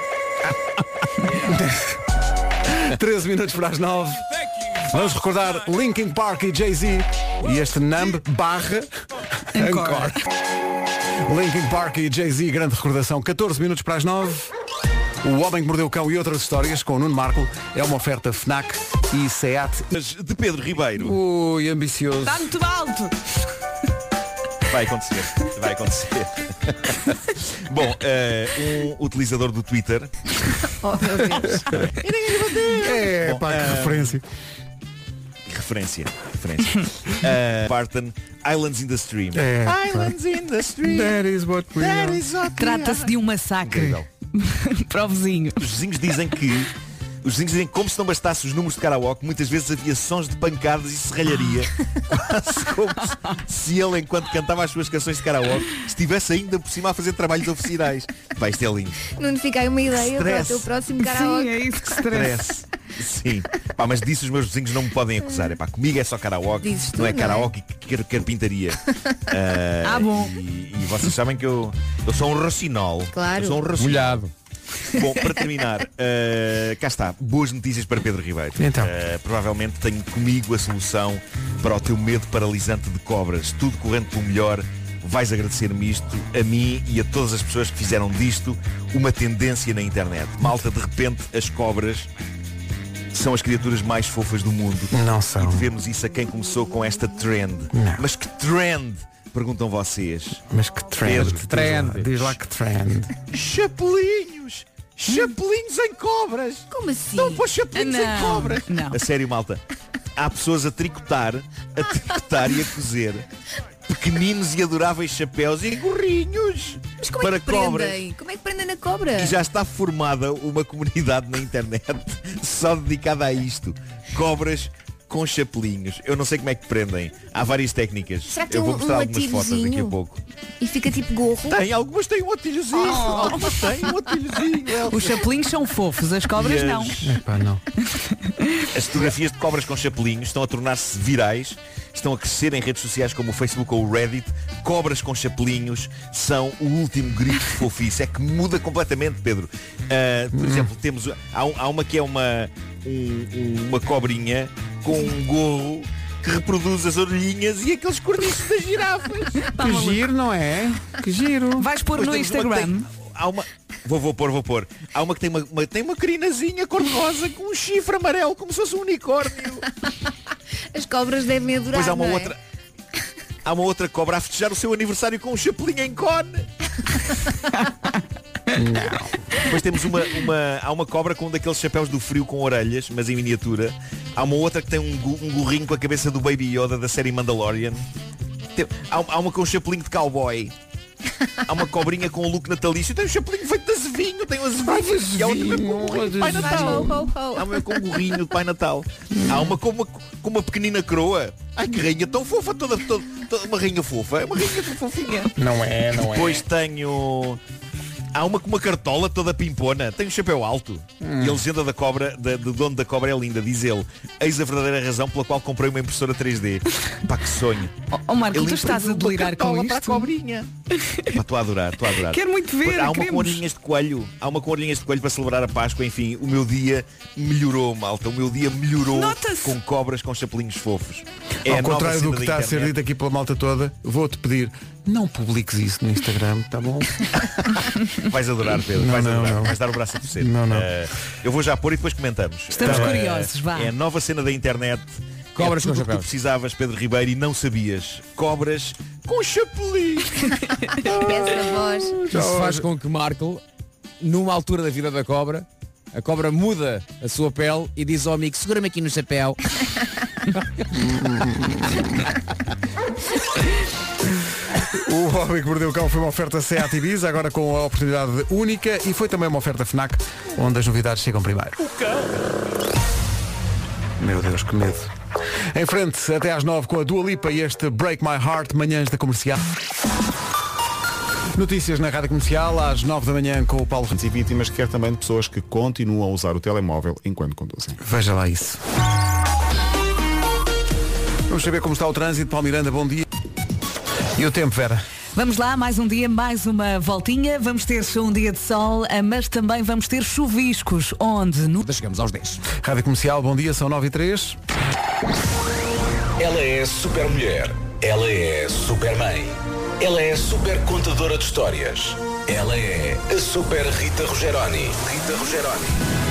13 minutos para as 9. Vamos recordar Linkin Park e Jay-Z e este numb barra Encore. Linkin Park e Jay-Z, grande recordação. 14 minutos para as 9. O Homem que Mordeu o Cão e outras histórias com o Nuno Marco é uma oferta FNAC e SEAT.
Mas de Pedro Ribeiro
Ui, ambicioso.
Está muito alto.
vai acontecer. Vai acontecer. Bom, eh, um utilizador do Twitter
Oh, meu Deus.
É, pá, que referência.
eh, Referência, referência. Uh, Barton, Islands in the Stream. Ah,
É, pá.
Islands in the Stream.
That is what we are.
Trata-se de um massacre.
Incrível.
Para o vizinho.
Os vizinhos dizem que. Os vizinhos dizem que como se não bastasse os números de karaoke, muitas vezes havia sons de pancadas e serralharia. Quase como se, se ele, enquanto cantava as suas canções de karaoke, estivesse ainda por cima a fazer trabalhos oficinais. Vai, isto é lindo.
Nuno, fica aí uma ideia para o
Stress.
teu próximo
Sim,
karaoke.
é isso que se trata.
Parece. Sim. Pá, mas disso os meus vizinhos não me podem acusar. É pá, comigo é só karaoke.
Dizes tu,
Não é
não é?
karaoke, quero carpintaria.
Ah, bom.
E, e vocês sabem que eu, eu sou um racinol.
Claro.
Eu sou um racinol.
Molhado.
Bom, para terminar, eh, cá está. Boas notícias para Pedro Ribeiro.
Então.
Eh, provavelmente tenho comigo a solução para o teu medo paralisante de cobras. Tudo correndo pelo melhor. Vais agradecer-me isto, a mim e a todas as pessoas que fizeram disto uma tendência na internet. Malta, de repente, as cobras são as criaturas mais fofas do mundo.
Não são.
E devemos isso a quem começou com esta trend.
Não.
Mas que trend? Perguntam vocês.
Mas que trend.
Pedro,
Diz lá-
trend.
Diz lá que trend.
Chapelinhos! Chapelinhos em cobras!
Como assim?
Não pôs chapelinhos em
Não,
cobra.
não.
A sério, malta. Há pessoas a tricotar, a tricotar e a cozer pequeninos e adoráveis chapéus e gorrinhos
Mas como
para
é que prendem?
cobras.
Como é que prendem na cobra?
E já está formada uma comunidade na internet só dedicada a isto. Cobras com chapelinhos. Eu não sei como é que prendem. Há várias técnicas.
Será que
Eu
tem
vou
um-
mostrar
um
algumas fotos daqui a
lativozinho?
pouco.
E fica tipo gorro? Oh.
Tem, algumas têm um atilhozinho. Algumas têm um atilhozinho.
Os chapelinhos são fofos, as cobras
E as-
não.
Epá, não.
As fotografias de cobras com chapelinhos estão a tornar-se virais, estão a crescer em redes sociais como o Facebook ou o Reddit. Cobras com chapelinhos são o último grito de fofice. É que muda completamente, Pedro. Ah,
Hum.
por exemplo, temos, há, um- há uma que é uma, um- um- uma cobrinha com um gorro que reproduz as orelhinhas e aqueles corniços das girafas.
Tá
Que giro, não é? Que giro.
Tá Vais pôr
Pois
no
temos uma que
Instagram.
tem- há uma... Vou, vou pôr, vou pôr. Há uma que tem uma, uma- tem uma crinazinha cor-de-rosa com um chifre amarelo como se fosse um unicórnio.
As cobras devem adorar.
Depois há uma
não é?
outra. Há uma outra cobra a festejar o seu aniversário com um chapelinho em cone. Depois temos uma, uma- Há uma cobra com um daqueles chapéus do frio com orelhas, mas em miniatura. Há uma outra que tem um, gu- um gorrinho com a cabeça do Baby Yoda da série Mandalorian. Tem- há, há uma com um chapelinho de cowboy. Há uma cobrinha com um look natalício. Tem um chapelinho feito de azevinho. Tem um azevinho. e há outra mesmo com um gorrinho de Pai Natal.
É
Há uma com um gorrinho de Pai Natal. Há uma com uma, com uma pequenina coroa. Ai, que rainha tão fofa. Toda, toda, toda- uma rainha fofa. é Uma rainha tão fofinha.
Não é, não é.
Depois tenho... Há uma com uma cartola toda pimpona, tem um chapéu alto.
Hum.
E a legenda da cobra, da, do dono da cobra é linda, diz ele. Eis a verdadeira razão pela qual comprei uma impressora 3D. Pá, que sonho.
Oh Marco,
Ele
tu estás a
imprimiu uma
delirar com
cartola
isto.
para a cobrinha. Pá, Estou a adorar, estou a adorar.
Quero muito ver,
Há uma com
queremos.
orelhinhas de coelho, há uma com orelhinhas de coelho para celebrar a Páscoa, enfim, o meu dia melhorou, malta. O meu dia melhorou
Nota-se.
com cobras com chapelinhos fofos. É a
Ao
nova
contrário do
cena
que
da
está a ser
internet.
dito aqui pela malta toda, vou-te pedir, não publiques isso no Instagram, tá bom?
Vais adorar, Pedro.
Não,
vais,
não,
adorar.
não.
vais dar o braço a torcer.
Não, não.
Eh, eu vou já pôr e depois comentamos.
Estamos
Eh,
curiosos, vá.
É a nova cena da internet.
Cobras
é tudo
com
o que tu
chapéus.
precisavas, Pedro Ribeiro, e não sabias. Cobras com Ah, chapelinho.
Peça voz.
Isso faz com que Marco, numa altura da vida da cobra, a cobra muda a sua pele e diz ao amigo, segura-me aqui no chapéu.
O Homem que Mordeu o Cão foi uma oferta Seat Ibiza, agora com a oportunidade única e foi também uma oferta FNAC, onde as novidades chegam primeiro. Meu Deus, que medo. Em frente, até às 9 com a Dua Lipa e este Break My Heart, manhãs da comercial. Notícias na Rádio Comercial, às 9 da manhã com o Paulo
E vítimas quer também de pessoas que continuam a usar o telemóvel enquanto conduzem.
Veja lá isso. Vamos saber como está o trânsito. Paulo Miranda, bom dia. E o tempo, Vera?
Vamos lá, mais um dia, mais uma voltinha. Vamos ter um dia de sol, ah, mas também vamos ter chuviscos. Onde? No...
Chegamos aos 10.
Rádio Comercial, bom dia, são 9 e 3.
Ela é super mulher. Ela é super mãe. Ela é super contadora de histórias. Ela é a super Rita Rogeroni. Rita Rogeroni.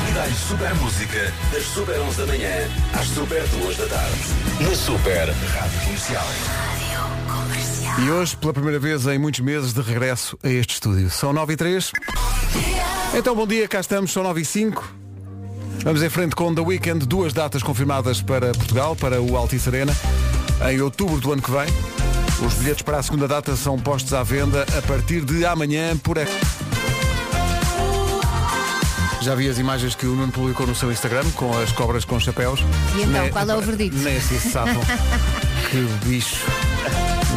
E dá-lhe super música das super 11 da manhã às super 2 da tarde. Na super Rádio Comercial.
E hoje, pela primeira vez em muitos meses, de regresso a este estúdio. São 9 e 3. Então, bom dia, cá estamos, são 9 e 5. Vamos em frente com The Weekend, duas datas confirmadas para Portugal, para o Altice Arena, em outubro do ano que vem. Os bilhetes para a segunda data são postos à venda a partir de amanhã por aqui. Já vi as imagens que o Nuno publicou no seu Instagram com as cobras com chapéus.
E então,
Nem-
qual é o verdito?
Nem se sapam. que bicho.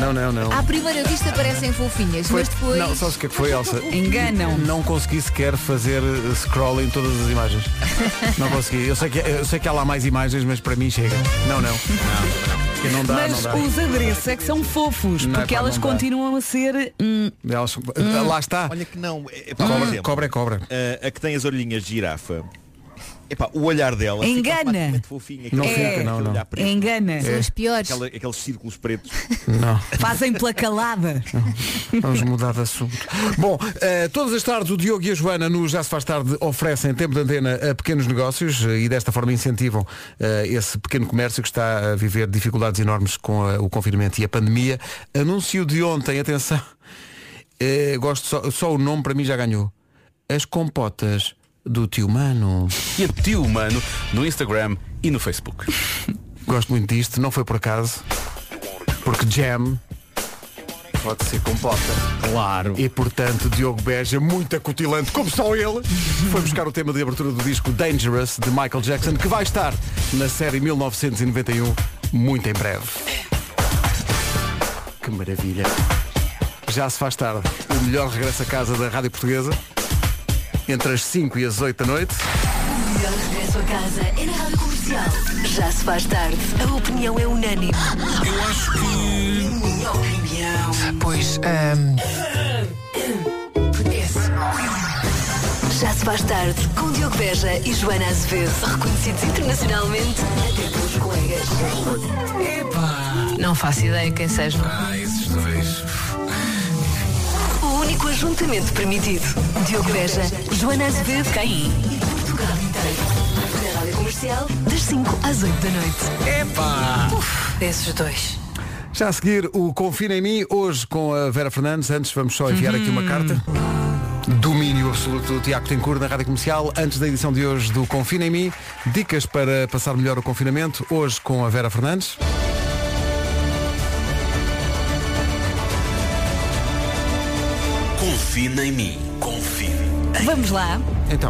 Não, não, não.
À primeira vista parecem fofinhas, Ah, mas depois.
Não, só o que é que foi, Elsa?
Enganam.
Não consegui sequer fazer eh, scroll em todas as imagens. Não consegui. Eu sei, que, eu sei que há lá mais imagens, mas para mim chega. Não, não. Que Não, dá,
mas
não dá.
os adereços é que são fofos,
Não, é
porque
pá,
elas
não dá.
continuam a ser. hum,
Elas- eh,
Hum.
Lá está.
Olha que não. é- é- por
Cobra,
exemplo, eh,
cobra é cobra.
a- a que tem as orelhinhas de girafa. Epá, o olhar
É
dela fica
Engana.
automaticamente fofinho, aquele-
Não
É.
fica,
aquele
não, não.
olhar preto.
Engana. São os piores.
Aquela- aqueles círculos pretos.
Não.
Fazem pela calada.
Vamos mudar de assunto. Bom, eh, todas as tardes o Diogo e a Joana no Já se faz tarde oferecem tempo de antena a pequenos negócios eh, e desta forma incentivam eh, esse pequeno comércio que está a viver dificuldades enormes com a- o confinamento e a pandemia. Anúncio de ontem, atenção, eh, gosto só, só o nome para mim já ganhou. As compotas do tio Mano.
E a Tio Humano no Instagram e no Facebook.
Gosto muito disto, não foi por acaso, porque Jam Pode ser compota. Claro. E portanto, Diogo Beja, muito acutilante, como só ele, foi buscar o tema de abertura do disco Dangerous, de Michael Jackson, que vai estar na série 1991, muito em breve. Que maravilha. Já se faz tarde. O melhor regresso a casa da Rádio Portuguesa. Entre as 5 e as 8 da noite.
O melhor regresso a casa é na Rádio Comercial. Já se faz tarde. A opinião é unânime. Eu acho que... Minha opinião.
Pois,
ehm,
Já se faz tarde com Diogo Beja e Joana Azevedo. Reconhecidos internacionalmente até pelos colegas.
Não faço ideia quem seja.
Ah,
O único ajuntamento permitido. Diogo Beja, Joana Azevedo Caim e Portugal inteiro. Na Rádio Comercial, das 5 às 8 da noite.
Epá!
Uf, desses dois.
Já a seguir, o Confina em Mim, hoje com a Vera Fernandes. Antes vamos só enviar aqui uma carta. Domínio absoluto do Tiago Tencourt na Rádio Comercial. Antes da edição de hoje do Confina em Mim, dicas para passar melhor o confinamento, hoje com a Vera Fernandes.
Confina em mim. Confina.
Vamos lá.
Então,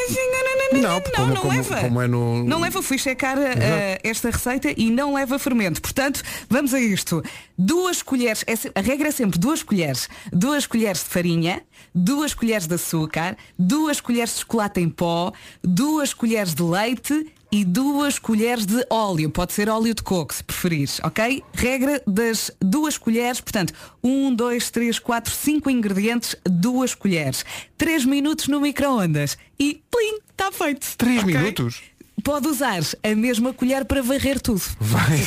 Não,
como-
não
como-
leva.
como é no-
Não leva, fui checar uh,
Exato.
esta receita e não leva fermento. Portanto, vamos a isto. Duas colheres, é se- a regra é sempre duas colheres. Duas colheres de farinha, duas colheres de açúcar, duas colheres de chocolate em pó, duas colheres de leite e duas colheres de óleo. Pode ser óleo de coco, se preferires, ok? Regra das duas colheres, portanto, um, dois, três, quatro, cinco ingredientes, duas colheres. Três minutos no micro-ondas e plim, está feito.
Três
ok?
minutos?
Pode usar a mesma colher para varrer tudo.
Vai.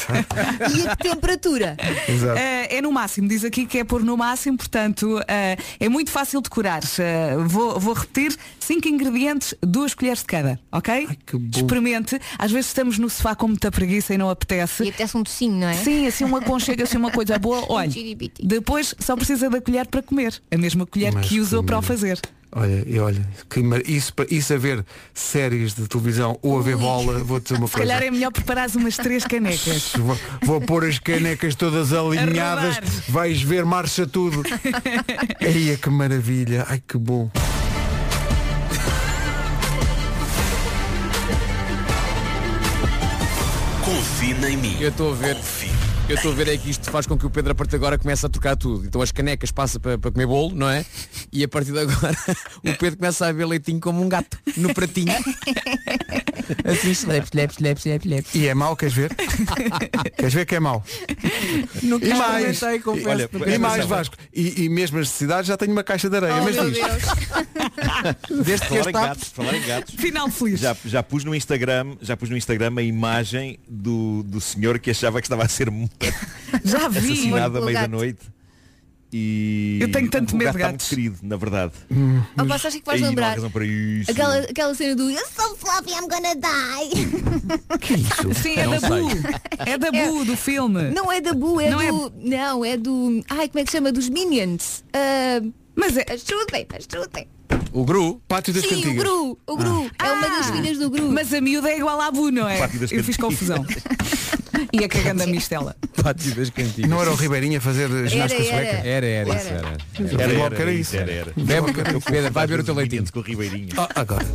e a que temperatura?
Exato.
é no máximo, diz aqui que é pôr no máximo, portanto eh, é muito fácil decorar. Eh, vou, vou repetir, cinco ingredientes, duas colheres de cada, ok? Experimente. Às vezes estamos no sofá com muita preguiça e não apetece. E apetece um docinho, não é? Sim, assim uma conchega, assim uma coisa boa. Olha, depois só precisa da colher para comer. A mesma colher
Mas
que usou
que
para o fazer.
Olha, e olha, que mar- isso, pa- isso a ver séries de televisão ou a ver bola, vou dizer uma
Se
coisa.
calhar é melhor preparares umas três canecas.
Vou, vou pôr as canecas todas alinhadas, vais ver, marcha tudo. Eia, que maravilha, ai que bom.
Confina em mim.
Eu estou a ver. Eu estou a ver é que isto faz com que o Pedro a partir de agora comece a trocar tudo. Então as canecas passa para, para comer bolo, não é? E a partir de agora o Pedro começa a ver leitinho como um gato no pratinho. Assim, slap, slap, slap, slap, slap.
E é mau, queres ver? queres ver que é mau?
Nunca
E mais,
experimentei, confesso,
olha,
nunca
e mais
experimentei.
Vasco, e, e mesmo as necessidades já tenho uma caixa de areia, mas diz.
Desde
falar em gatos, falar em gatos.
Final feliz.
Já, já pus no Instagram, já pus no Instagram a imagem do, do senhor que achava que estava a ser
Já Ah, vi.
assassinado à
Pelo
meia da
gato.
noite. E
Eu tenho tanto
o gato
medo de
está
gatos.
muito querido, na verdade.
Hum.
Oh, pá, sabes o que é que vais
aí não há
lembrar?
razão para isso.
Aquela, aquela cena do Eu sou Fluffy, I'm gonna die.
Sim, é
Não
da
sei.
Bu. É da Bu do filme.
Não é da Bu, é
Não é-
do. Não, é do. Ai, como é que chama? Dos Minions. Ah,
Mas é.
Ajudem, ajudem.
O Gru,
pátio
Sim, o Gru, o Gru. É uma das filhas do Gru.
Ah! Mas a miúda é igual à Bu, não
Ah,
é?
Pátio das
Eu fiz confusão. e a cagando a mistela.
Pátio das cantigas.
Não era o Ribeirinho a fazer ginástica
era.
sueca?
Era, era, isso,
Era.
era.
Era, era, era isso, era, era.
Bebe, Pedro, vai ver o teu leitinho.
Com o Ribeirinho.
Ah, agora.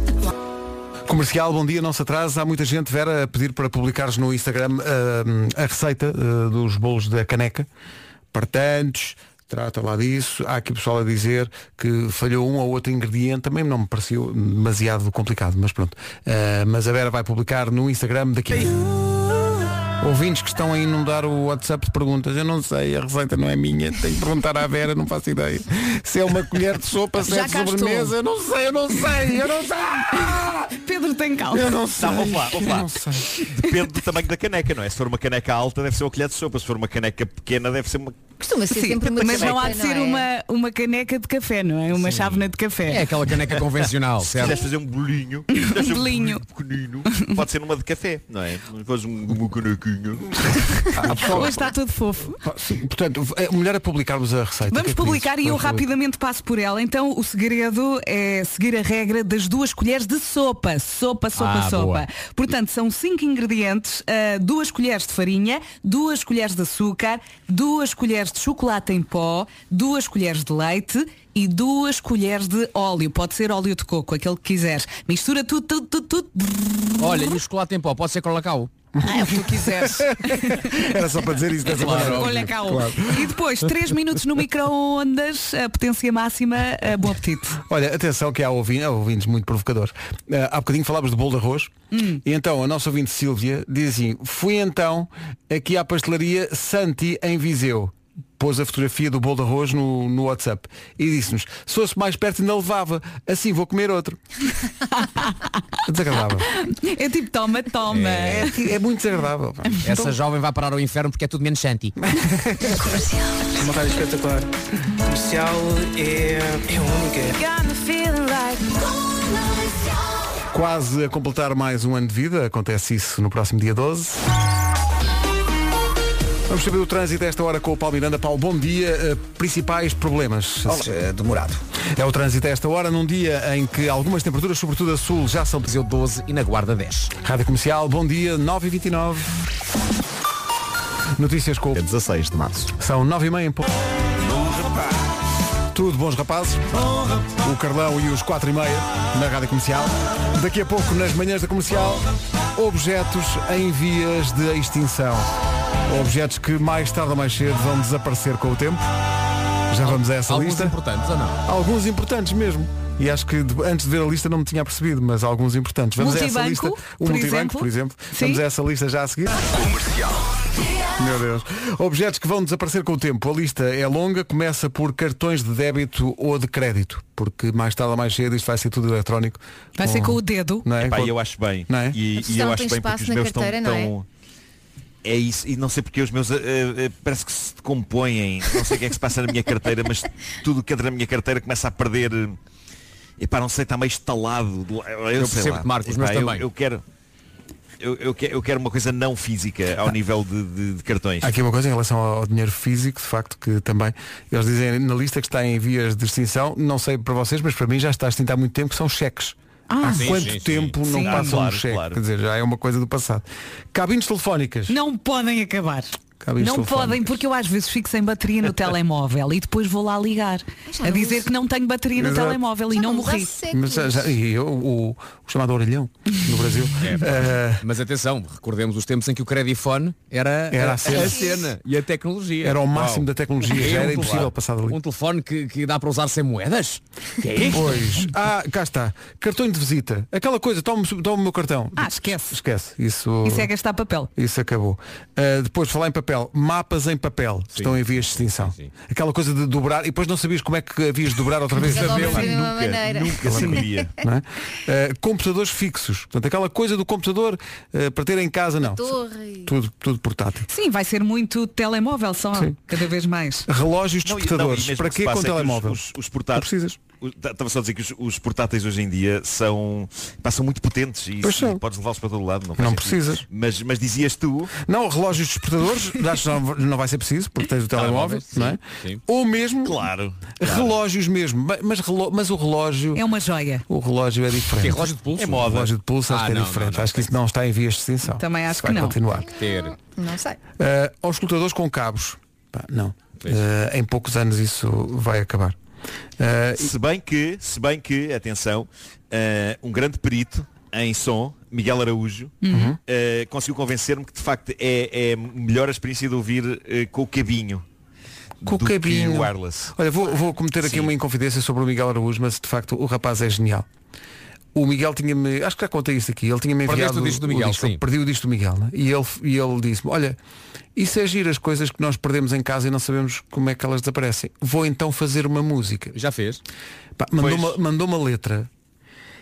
Comercial, bom dia, não se atrasa. Há muita gente, Vera, a pedir para publicares no Instagram ah, a receita ah, dos bolos da caneca. Partantes, trata lá disso. Há aqui pessoal a dizer que falhou um ou outro ingrediente. Também não me pareceu demasiado complicado, mas pronto. Ah, mas a Vera vai publicar no Instagram daqui. Ouvintes que estão a inundar o WhatsApp de perguntas, eu não sei, a receita não é minha, tenho que perguntar à Vera, não faço ideia. Se é uma colher de sopa, se
Já
é de
cá estou.
sobremesa, eu não sei, eu não sei, eu não sei.
Pedro tem calma.
Eu não sei.
Tá, vamos lá, vamos
Eu
lá.
não sei.
Depende do tamanho da caneca, não é? Se for uma caneca alta, deve ser uma colher de sopa. Se for uma caneca pequena, deve ser uma.
Costuma ser
Sim,
sempre uma
mas não há de
caneca,
ser
não é?
uma, uma caneca de café, não é? Uma chávena de café.
É aquela caneca convencional,
Se
certo?
quiseres fazer um bolinho,
bolinho.
pequenino, pode ser numa de café, não é? Faz um, uma caneca
amiguinha.
Hoje está tudo fofo.
Portanto, é melhor é publicarmos a
Então
receita. O que
Vamos
é que
publicar
dizes?
e eu
Vamos publicar.
rapidamente passo por ela. Então, o segredo é seguir a regra das duas colheres de sopa. Sopa, sopa,
Ah,
sopa.
boa.
Portanto, são cinco ingredientes, ah, duas colheres de farinha, duas colheres de açúcar, duas colheres de chocolate em pó, duas colheres de leite e duas colheres de óleo. Pode ser óleo de coco, aquele que quiseres. Mistura tudo, tudo, tudo, tudo.
Olha, e o chocolate em pó pode ser colacau?
Ah, é o que tu quiseres.
Era só para dizer isso dessa
Claro,
maneira.
olha
Colacau.
Claro.
um. E depois, 3 minutos no micro-ondas, a potência máxima, a bom apetite.
Olha, atenção que há ouvintes, há ouvintes muito provocadores. Ah, há bocadinho falávamos de bolo de arroz
Hum.
e então a nossa ouvinte Sílvia diz assim, fui então aqui à pastelaria Santi em Viseu. Pôs a fotografia do bolo de arroz no, no WhatsApp e disse-nos, se fosse mais perto ainda levava, assim vou comer outro. Desagradável.
É tipo, toma, toma.
É.
É muito desagradável. Então-
Essa jovem vai parar ao inferno porque é tudo menos Santi.
Uma rádio espetacular. Comercial é, é única.
Quase a completar mais um ano de vida, acontece isso no próximo dia 12. Vamos saber o trânsito a esta hora com o Paulo Miranda. Paulo, bom dia. Eh, Principais problemas?
demorado.
É o trânsito a esta hora, num dia em que algumas temperaturas, sobretudo a sul, já são... Viseu 12 e na Guarda 10. Rádio Comercial, bom dia, 9h29. Notícias com...
16 É de março.
São 9h30 em pouco. Tudo bons rapazes. O Carlão e os 4 e meia na Rádio Comercial. Daqui a pouco, nas manhãs da comercial, objetos em vias de extinção. Objetos que mais tarde ou mais cedo vão desaparecer com o tempo. Já vamos a essa
Alguns
lista.
importantes ou não?
Alguns importantes mesmo. E acho que de- antes de ver a lista não me tinha percebido, mas alguns importantes. Vamos a essa lista.
Multibanco,
O
por
multibanco,
exemplo.
por exemplo.
Sim.
Vamos a essa lista já a seguir. Meu Deus. Objetos que vão desaparecer com o tempo. A lista é longa, começa por cartões de débito ou de crédito, porque mais tarde ou mais cedo isto vai ser tudo eletrónico.
Vai ser com o dedo.
Não é?
Epá,
Com-
eu acho bem.
Não é?
E,
Mas
e
já
eu
não
acho
tem
bem porque
espaço
os
na
meus estão
carteira, não é?
tão... É isso, e não sei porque os meus eh, eh, parece que se decompõem, não sei o que é que se passa na minha carteira, mas tudo o que entra na minha carteira começa a perder. eh, Epá, não sei, está meio estalado. de lá- Eu,
Eu
sei
percebo-te,
lá.
Marco, os
Epá,
meus
eu-
também.
Eu quero. Eu, eu que- eu quero uma coisa não física ao nível de, de- de cartões.
Há aqui uma coisa em relação ao dinheiro físico, de facto, que também eles dizem na lista que está em vias de extinção, não sei para vocês, mas para mim já está extinta há muito tempo, que são cheques.
Ah.
há
Sim,
quanto
sim, sim.
tempo não
Sim.
passa
Ah, claro,
um cheque?
claro.
Quer dizer, já é uma coisa do passado. Cabines telefónicas.
Não podem acabar.
Cabines
não
telefónicas.
podem, porque eu às vezes fico sem bateria no telemóvel e depois vou lá ligar a dizer que não tenho bateria no
Exato.
telemóvel e não morri.
Mas já- já- e eu, o, o chamado orelhão no Brasil.
É,
Eh,
Mas atenção, recordemos os tempos em que o credifone era,
Era a
a,
cena.
a cena e a tecnologia.
Era o
Uau.
máximo da tecnologia, já
É um
era impossível
telefone-
passar dali.
Um telefone que, que dá para usar sem moedas? Que é isto?
Pois. Ah, cá está. Cartão de visita. Aquela coisa, toma o meu cartão.
Ah, esquece.
Esquece. Isso,
Isso é gastar papel.
Isso acabou. Uh, depois, falar em papel, mapas em papel estão em vias de extinção. Aquela coisa de dobrar, e depois não sabias como é que havias de dobrar outra vez.
Cada
Sabia,
obra tem uma
nunca,
maneira.
nunca
Sim.
saberia. Não é? Uh, computadores fixos. Portanto, aquela coisa do computador uh, para ter em casa, não.
torre.
Tudo, tudo portátil.
Sim, vai ser muito telemóvel só, cada vez mais.
Relógios
Não, e- não,
despertadores.
e mesmo
para
que se
quê com
passa é que os-
telemóvel?
Os, os portáteis. Estava só a dizer que os, os portáteis hoje em dia são, pá, são muito potentes e,
Pois
e
são.
podes levá-los para todo lado. Não,
Não
faz sentido.
precisas.
Mas, mas dizias tu.
Não, relógios despertadores, acho que não, não vai ser preciso, porque tens o telemóvel,
Telemóveis,
não é? Ou mesmo claro, relógios mesmo, Ba- mas, relo- mas o relógio.
É uma joia.
O relógio é diferente.
Que é relógio de pulso?
É moda. relógio de pulso acho
Ah,
que é
não,
diferente.
não, não,
acho que isso não está em vias de extinção.
Também acho
Isso vai
que não.
continuar.
Ter.
Não sei.
Ah, aos escutadores com cabos. Pá, não. Ah, em poucos anos isso vai acabar. Ah,
Se bem que, se bem que, atenção, eh, um grande perito em som, Miguel Araújo,
Uhum.
eh, conseguiu convencer-me que de facto é, é melhor a experiência de ouvir eh, com o cabinho.
Com o
do que
cabinho.
wireless.
Olha, vou, vou cometer aqui uma inconfidência sobre o Miguel Araújo, mas de facto o rapaz é genial. O Miguel tinha-me, acho que já contei isto aqui, ele tinha-me
Perdeste
enviado
o disco do Miguel,
disco,
sim.
perdi o disco do Miguel, né? e ele, e ele disse-me, olha, isso é giro as coisas que nós perdemos em casa e não sabemos como é que elas desaparecem. Vou então fazer uma música.
Já fez?
mandou, uma, mandou uma letra.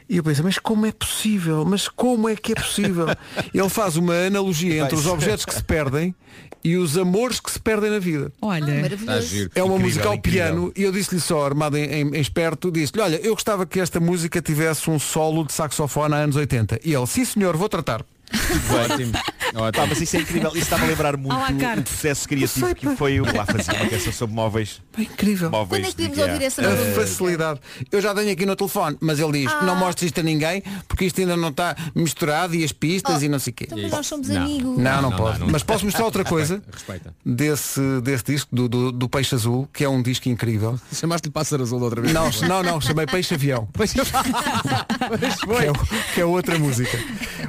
E eu pensei, mas como é possível? Mas como é que é possível? ele faz uma analogia entre os objetos que se perdem e os amores que se perdem na vida.
Olha,
É uma
Incrível,
música ao
incrível.
piano e eu disse-lhe só, armado em, em- em esperto, disse-lhe, olha, eu gostava que esta música tivesse um solo de saxofone a anos 80. E ele, sim senhor, vou tratar.
Ótimo.
Pá, mas isso é incrível. Isso está-me a lembrar muito
Olá, Carlos.
o processo criativo
Não sei, pá.
que foi o lá fazer uma canção sobre móveis.
Incrível.
Móveis de IKEA.
A facilidade. Eu já tenho aqui no telefone, mas ele diz, não mostres isto a ninguém, porque isto ainda não está misturado e as pistas e não sei o quê.
mas nós somos
não.
amigos.
Não, não,
Não, não,
pode.
não.
Mas posso mostrar outra coisa
Respeita.
desse, desse disco, do, do, do Peixe Azul, que é um disco incrível.
Chamaste-lhe Pássaro Azul da outra vez.
Não, não, não, chamei Peixe Avião. que, é, o- que é outra música.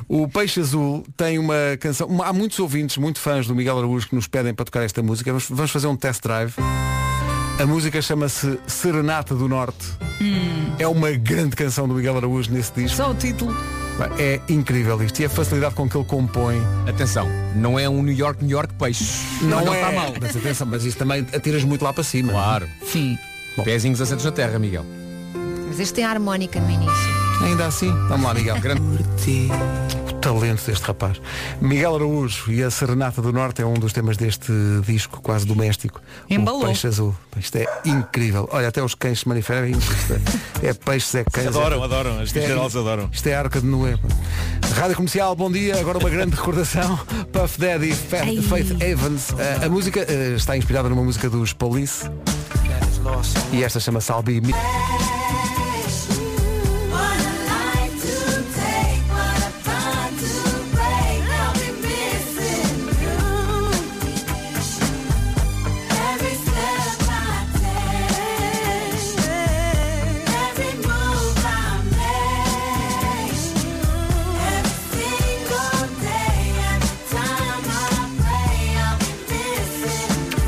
O Peixe Azul tem uma canção. uma- há muitos ouvintes, muito fãs do Miguel Araújo que nos pedem para tocar esta música. Vamos, vamos fazer um test drive. A música chama-se Serenata do Norte.
Hum.
É uma grande canção do Miguel Araújo nesse disco.
Só o título.
É incrível isto e a facilidade com que ele compõe.
Atenção, não é um New York, New York peixe.
Não,
Mas não
é.
está mal.
Mas atenção, mas isso também atiras muito lá para cima.
Claro.
Sim.
Pezinhos assentos na terra, Miguel.
Mas este tem a harmónica no início.
Ainda assim. Vamos lá, Miguel. Grande O talento deste rapaz. Miguel Araújo e a Serenata do Norte é um dos temas deste disco quase doméstico.
Embalou.
O peixe azul. Isto é incrível. Olha, até os cães se manifestam. Isto é- É peixes, é cães.
Adoram,
é...
adoram. As
Isto é-
generais adoram.
Isto é a arca de Noé. pá. Rádio Comercial, bom dia. Agora uma grande recordação. Puff Daddy, Fa-
Ei.
Faith Evans. A, a música eh, está inspirada numa música dos Police. E esta chama-se I'll Be Me.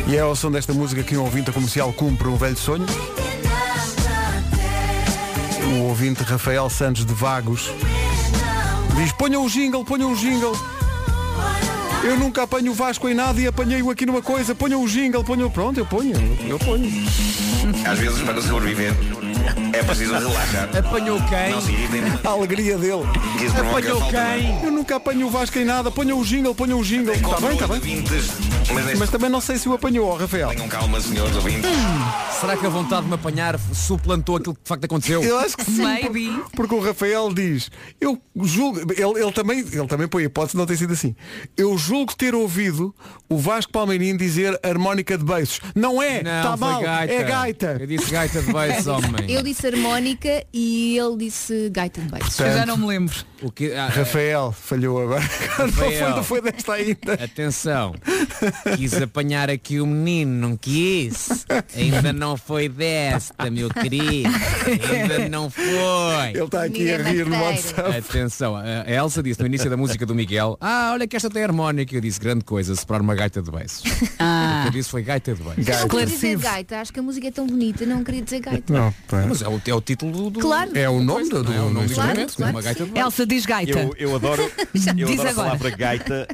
E é ao som desta música que um ouvinte comercial cumpre um velho sonho. O ouvinte Rafael Santos de Vagos diz, ponham o jingle, ponham o jingle. Eu nunca apanho o Vasco em nada e apanhei-o aqui numa coisa. Ponham o jingle, ponham. Pronto, eu ponho,
Eh,
eu ponho.
Às vezes, para sobreviver, é preciso relaxar.
Apanhou quem?
Não se irritem.
A alegria dele.
Que isso provoca
Apanhou
falta de
quem? Eu nunca apanho o Vasco em nada. Ponham o jingle, ponham o jingle. Está bem, está bem.
Vintes, mas neste
Mas é um também não sei se o apanhou, ó, Rafael.
tenham calma, senhores ouvintes.
Será que a vontade de me apanhar suplantou aquilo que de facto aconteceu?
Eu acho que sim. por- Porque o Rafael diz, eu julgo, ele, ele também, ele também põe a hipótese de não ter sido assim. Eu julgo ter ouvido o Vasco Palmeirinho dizer harmónica de beiços. Não é,
Não,
está
foi
mal,
gaita.
é gaita.
Eu disse gaita de beiços, homem.
Eu disse harmónica e ele disse gaita de baixo.
Portanto, Eu já não
me lembro.
O que, ah,
Rafael falhou agora.
Rafael.
Não foi, não foi desta ainda.
Atenção, quis apanhar aqui o menino, não quis. Ainda não foi desta, meu querido. Ainda não foi.
Ele está aqui a rir no WhatsApp.
Atenção, a a Elsa disse no início da música do Miguel, ah, olha que esta tem harmónica. Eu disse, grande coisa, separar uma gaita de beiços. O que eu disse foi gaita de beiços.
Não queria dizer Ah. gaita, acho que a música é tão bonita, não queria dizer gaita.
Não,
mas é o, é o título do...
Claro. É o
nome
do, é o nome do
Claro,
instrumento,
claro É
uma
que
gaita
sim.
de beiços.
Elsa diz gaita.
Eu, eu adoro,
Já
eu
diz
adoro a
agora.
palavra gaita.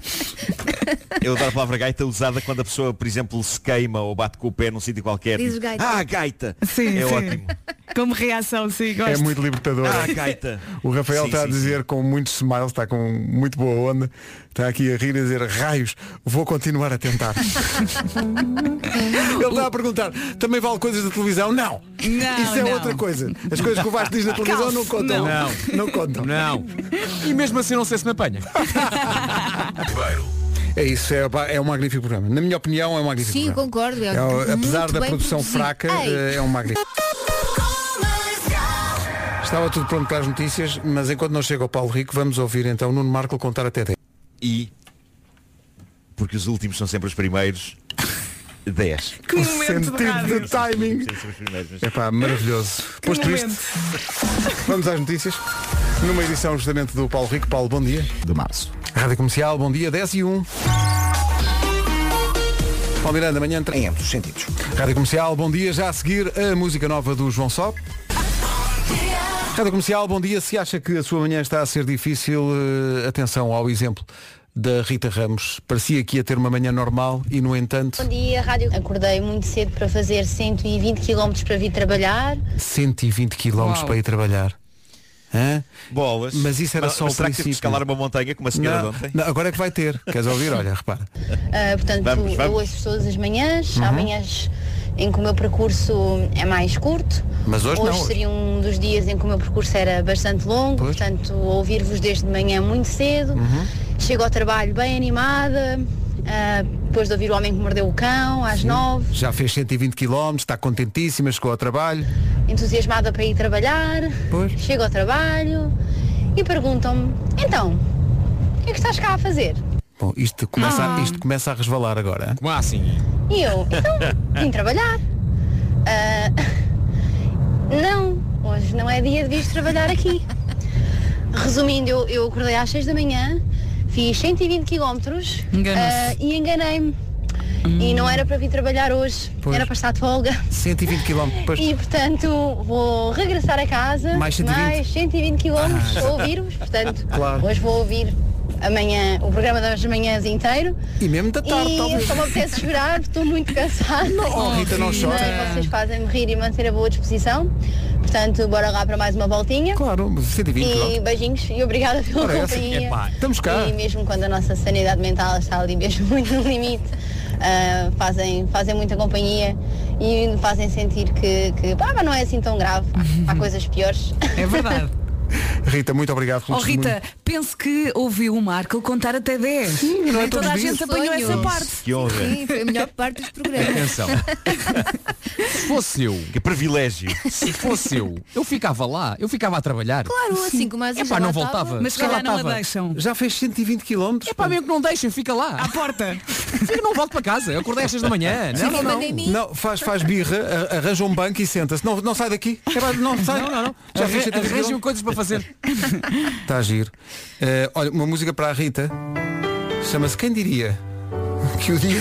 Eu adoro a palavra gaita usada quando a pessoa, por exemplo, se queima ou bate com o pé num sítio qualquer. Diz,
Dizes gaita.
Ah, gaita!
Sim,
é
sim.
ótimo.
Como reação, sim, gosto.
É muito libertador.
Ah, gaita.
O Rafael
Sim,
está a
sim,
dizer com muitos smiles, está com muito boa onda, está aqui a rir e a dizer raios, vou continuar a tentar. Ele está a perguntar, também vale coisas da televisão? Não.
Não,
Isso é
não.
outra coisa. As coisas que o Vasco diz na televisão não contam.
Não.
Não contam.
Não. E mesmo assim não sei se me apanha.
É isso, é, pá, é um magnífico programa. Na minha opinião, é um magnífico
Sim,
programa.
concordo. é
É o-
muito
apesar da
bem
produção
produzido.
fraca,
Ei.
eh, é um magnífico. Estava tudo pronto para as notícias, mas enquanto não chega o Paulo Rico, vamos ouvir então Nuno Marco contar até 10.
E porque os últimos são sempre os primeiros. 10.
Que O momento de sentido rádio. de timing. É pá, maravilhoso. Posto isto, vamos às notícias. Numa edição justamente do Paulo Rico. Paulo, bom dia.
De março.
Rádio Comercial, bom dia, 10 e 1. Paulo Miranda, amanhã entra... Em
ambos os sentidos.
Rádio Comercial, bom dia. Já a seguir, a música nova do João Só. Rádio Comercial, bom dia. Se acha que a sua manhã está a ser difícil, eh, atenção ao exemplo da Rita Ramos. Parecia que ia ter uma manhã normal e, no entanto,
Bom dia, rádio. Acordei muito cedo para fazer 120 km para vir trabalhar.
120 km
Uau.
para ir trabalhar. Hã?
Bolas.
Mas isso era
Mas-
só
mas
o
será que teve
princípio.
que escalar uma montanha como a senhora
Não,
de ontem?
não, agora é que vai ter. Queres ouvir? Olha, repara.
Ah, portanto,
Vamos,
eu
vamos.
ouço todas as manhãs,
Uhum.
há manhãs em que o meu percurso é mais curto.
Mas hoje não.
seria um dos dias em que o meu percurso era bastante longo, portanto, ouvir-vos desde de manhã muito cedo. Chego ao trabalho bem animada, ah, depois de ouvir o homem que mordeu o cão, às nove,
Já fez 120 km, está contentíssima, chegou ao trabalho.
entusiasmada para ir trabalhar. Chego ao trabalho e perguntam-me, então, o que é que estás cá a fazer?
Bom, isto começa, a,
Ah.
isto começa a resvalar agora.
Como assim?
E eu, então, vim trabalhar. Ah, não, hoje não é dia de vir trabalhar aqui. Resumindo, eu, eu acordei às 6 da manhã, fiz 120 quilómetros ah, e enganei-me. E não era para vir trabalhar hoje,
Hum. Pois.
era para estar de folga.
120 km depois.
E portanto vou regressar a casa
Mais 120.
mais 120 km
Ah.
a ouvir-vos, portanto
Claro.
hoje vou ouvir amanhã o programa das manhãs inteiro
E mesmo da tarde,
e
talvez.
só me apetece chorar, estou muito cansada.
Não, oh, Rita, não chora.
Mas vocês fazem-me rir e manter a boa disposição. Portanto, bora lá para mais uma voltinha.
Claro, 120
E
km.
beijinhos e obrigada pela
Parece.
companhia.
Epá, é estamos cá.
E mesmo quando a nossa sanidade mental está ali mesmo muito no limite, ah, fazem, fazem muita companhia e fazem sentir que, que pá, mas não é assim tão grave. Há coisas piores.
É verdade.
Rita, muito obrigado
Oh
pelo testemunho.
Rita, penso que ouviu o Marco contar até 10.
não é
Nem
todos
toda a
os dias.
gente apanhou
Sonho.
essa parte.
Que honra.
Sim, foi a melhor parte dos programas.
Atenção. Se fosse eu.
Que privilégio.
Se fosse eu, eu ficava lá, eu ficava a trabalhar.
Claro, assim como as
Epá, não voltava.
Mas se
Já
calhar
lá
não a
estava.
deixam.
Já fez 120 km.
Epá, mesmo que não deixem, fica lá. À
porta.
Fica, não volto para casa. Eu acordei às 6 da manhã. Não, não, não.
Não, faz, faz birra, a- arranja um banco e senta-se. Não, não sai daqui. É pá, Não, sai.
Não, não, não.
Já
Já
fiz 120
arranjam
quilómetros.
coisas para fazer.
Está a giro. Eh, olha, uma música para a Rita. Chama-se Quem Diria que o dia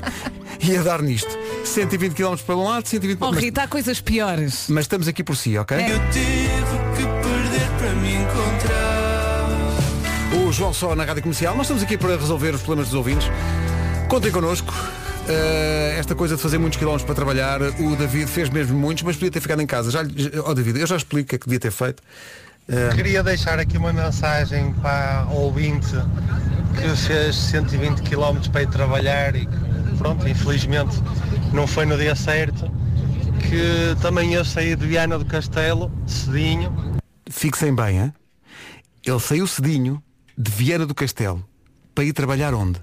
ia dar nisto. 120 km para um lado, 120 para
Oh
mas,
Rita, há coisas piores. É.
mas estamos aqui por si, ok?
tive que perder para me encontrar.
O João Só na Rádio Comercial. Nós estamos aqui para resolver os problemas dos ouvintes. Contem connosco. Eh, esta coisa de fazer muitos quilómetros para trabalhar, o David fez mesmo muitos, mas podia ter ficado em casa. Já, lhe- já- oh David, eu já explico o que é que devia ter feito. Eh,
Queria deixar aqui uma mensagem para a ouvinte que fez 120 km para ir trabalhar e que, pronto, infelizmente não foi no dia certo. Que também eu saí de Viana do Castelo, cedinho.
Fixem bem, hein? ele saiu cedinho de Viana do Castelo para ir trabalhar onde?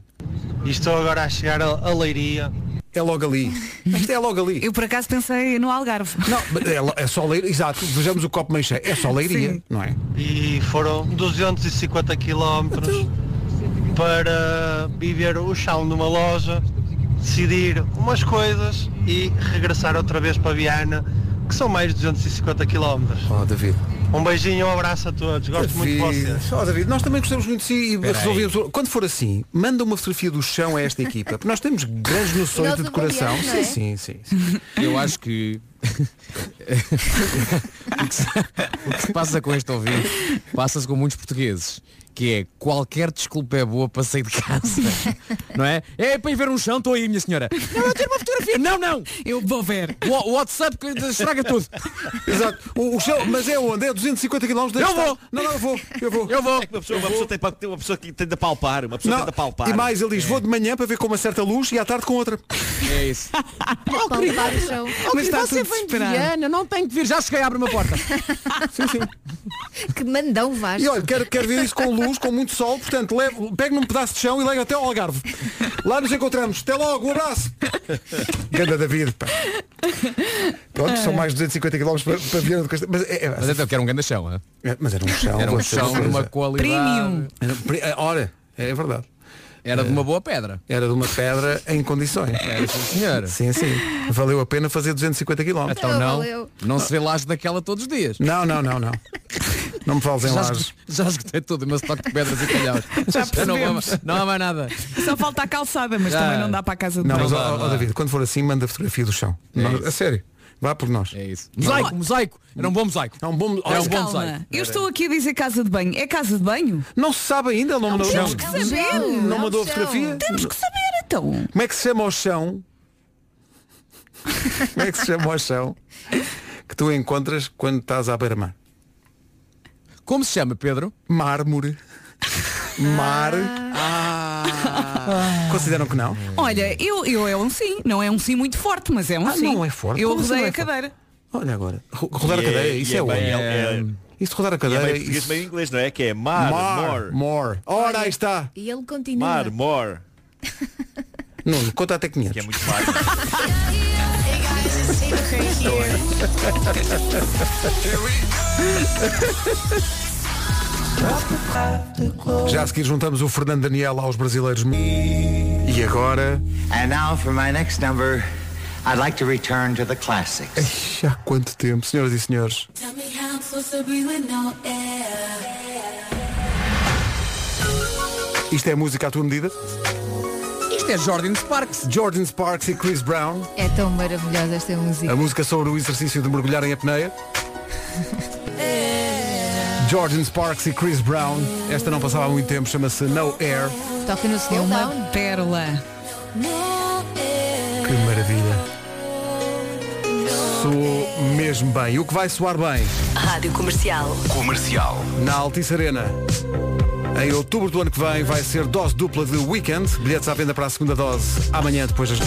E estou agora a chegar a, a Leiria.
É logo ali. Isto é logo ali.
Eu por acaso pensei no Algarve.
Não, mas é, lo- é só leiria. Exato, vejamos o copo meio cheio. É só leiria,
Sim.
não é?
E foram 250 km para viver o chão numa loja, decidir umas coisas e regressar outra vez para Viana, que são mais de 250 km.
Oh, David.
Um beijinho, um abraço a todos. Gosto muito de
David.
vocês.
Oh, David, nós também gostamos muito de si e
Espera aí.
resolvemos. Quando for assim, manda uma fotografia do chão a esta equipa, porque nós temos grandes noções
Nós
de decoração.
avaliamos, não
Sim, sim,
é?
sim, sim.
Eu acho que o, que se... o que se passa com este ouvinte passa-se com muitos portugueses, que é qualquer desculpa é boa para sair de casa, não é? É para ir ver um chão, estou aí, minha senhora. Não, eu tenho uma fotografia. Não, não.
Eu vou ver.
O o WhatsApp que estraga tudo.
Exato. O, o chão, mas é onde? É 250 km deste
Eu vou.
estado. Não, não, eu vou. Eu vou.
Eu vou.
É que uma pessoa, uma pessoa tem, pa- tem uma pessoa que tenta palpar, uma pessoa
Não,
tenta palpar. É.
E mais, um. ele diz, vou de manhã para ver com uma certa luz e à tarde com outra.
É isso.
Palpar o chão.
Mas está
você
tudo
vem de
desesperado.
Viana, não tem que vir, já cheguei, abre uma porta.
Que mandão Vasco.
E olha, quero, quero ver isso com luz, com muito sol, portanto, levo, pego num pedaço de chão e levo até ao Algarve. Lá nos encontramos. Até logo, um abraço. Ganda David. pá. Pronto, são mais 250 km para, para Viana do Castelo. Mas, é, é-
Mas até que era um grande chão, é?
mas era um chão.
Era um
você
chão de
coisa.
uma qualidade. Premium.
Era, pre- eh, ora, é verdade. Eh,
Era de uma boa pedra.
Era de uma pedra em condições.
Era, sim, senhora.
Sim, sim. Valeu a pena fazer 250 km.
Então não, não, se vê laje daquela todos os dias.
Não, não, não, não. Não me fales em
já,
lajes.
esgo- já esgotei todo, mas toque de pedras e calhaus.
Já
não, há,
percebemos.
não há mais nada.
Só falta a calçada, mas
Ah.
também não dá para a casa de
Não,
banho.
mas ó, ó, David, quando for assim, manda a fotografia do chão. Não, a sério. Vá por nós.
É isso. Mosaico, mosaico. Era um bom mosaico.
É um bom,
Era um
Mas
bom
calma,
mosaico.
eu estou aqui a dizer casa de banho. É casa de banho?
Não se sabe ainda, não mandou.
Temos
não.
que saber.
Não, não mandou a
Não.
fotografia?
Temos que saber então.
Como é que se chama o chão? Como é que se chama o chão que tu encontras quando estás à beira-mar?
Como se chama, Pedro?
Mármore. Mar.
Ah.
Consideram que não?
Olha, eu, eu é um sim, não é um sim muito forte, mas é um
Ah,
sim.
não é forte.
Eu
Como assim
rodei
não é
a cadeira.
Olha agora. Ro- Rodar
E
a cadeira,
é-
isso
e
é,
é
o.
bem- é- é-
Isso de rodar a
E
cadeira.
é meio português,
isso-
meio inglês, não é? Que é mar,
more,
more.
more. Ora, aí está.
E ele continua.
Mar, more.
Nuno, conta até 500.
é muito mar.
Já a seguir juntamos o Fernando Daniel aos brasileiros. E agora.
And now for my next number, I'd like to return to the classics.
Ixi, há quanto tempo, senhoras e senhores. Isto é música à tua medida?
Isto é Jordan Sparks.
Jordan Sparks e Chris Brown.
É tão maravilhosa esta música.
A música sobre o exercício de mergulhar em apneia. Jordan Sparks e Chris Brown. Esta não passava há muito tempo, chama-se No Air.
Toca no
É
slow
uma pérola.
Que maravilha. Soou mesmo bem. E o que vai soar bem?
Rádio Comercial.
Comercial. Na Altice Arena. Em outubro do ano que vem vai ser dose dupla de Weekend. Bilhetes à venda para a segunda dose amanhã depois das...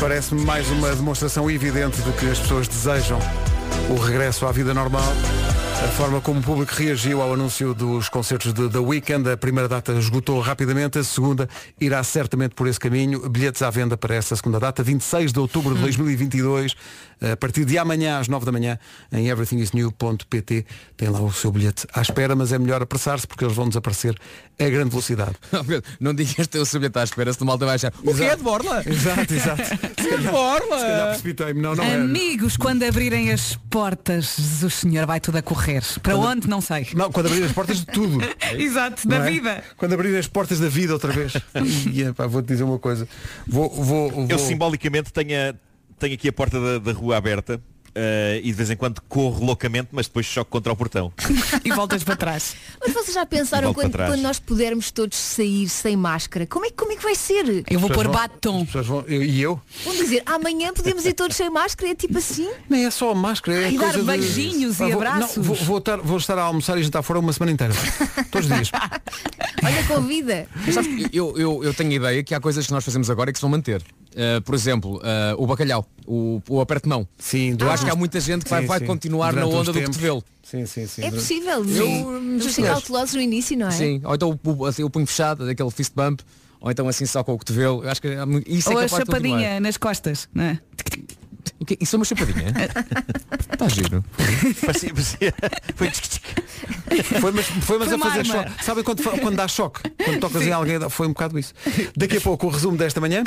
Parece-me mais uma demonstração evidente de que as pessoas desejam o regresso à vida normal. A forma como o público reagiu ao anúncio dos concertos de The Weekend, a primeira data esgotou rapidamente, a segunda irá certamente por esse caminho. Bilhetes à venda para essa segunda data, 26 de outubro de 2022, a partir de amanhã às 9 da manhã, em everythingisnew.pt. Tem lá o seu bilhete à espera, mas é melhor apressar-se porque eles vão desaparecer a grande velocidade.
Não digas teu subjeto à espera, se de malta vai achar. O que é de borla?
Exato, exato. Se
calhar- borla!
se calhar precipitei-me, não, não é.
Amigos, quando abrirem as portas, Jesus Senhor, vai tudo a correr. Para onde? Não sei.
Não, quando abrir as portas de tudo.
Exato,
Não
da
é?
vida.
Quando abrir as portas da vida outra vez. E, epá, vou-te dizer uma coisa. Vou, vou, vou...
Eu simbolicamente tenho, a- tenho aqui a porta da, da rua aberta eh, e de vez em quando corro loucamente, mas depois choco contra o portão.
e voltas para trás.
Mas vocês já pensaram
Volto para
quando,
trás.
quando nós pudermos todos sair sem máscara? Como é, como é que vai ser?
As pessoas vão- as pessoas vão- eu- e eu?
Vão dizer, amanhã podemos ir todos sem máscara? É tipo assim?
Nem é só a máscara. É
E dar
coisa de-
beijinhos e
Ah, vou,
abraços.
Não, vou, vou estar, vou estar a almoçar e jantar fora uma semana inteira. Todos os dias.
Olha com a vida.
Mas sabes que eu, eu, eu tenho a ideia que há coisas que nós fazemos agora e que se vão manter. Uh, por exemplo, uh, o bacalhau, o, o aperto de mão.
Sim,
eu
durante
acho que há
uns-
muita gente que vai,
Sim,
vai
sim.
continuar
Durante
na
uns
onda do
tempos.
cotovelo.
Sim, sim, sim.
É possível.
Eu-
Vamos ser
Mas-
cautelosos no início,
Ah,
não é?
Sim, ou então o, o, assim, o punho fechado, aquele fist bump, ou então assim só com o cotovelo. Eu acho que há mu- isso
Ou
é
a
capaz de
chapadinha
continuar.
nas costas, não é?
O quê? Isso é uma chapadinha?
Ah, tá
Está giro.
Parecia- parecia- Foi
Foi, mas, foi, mas
Foi
a
uma
fazer
arma.
choque. Sabe quando, fa- quando dá choque? Quando tocas em alguém, dá- foi um bocado isso. Daqui a pouco o resumo desta manhã.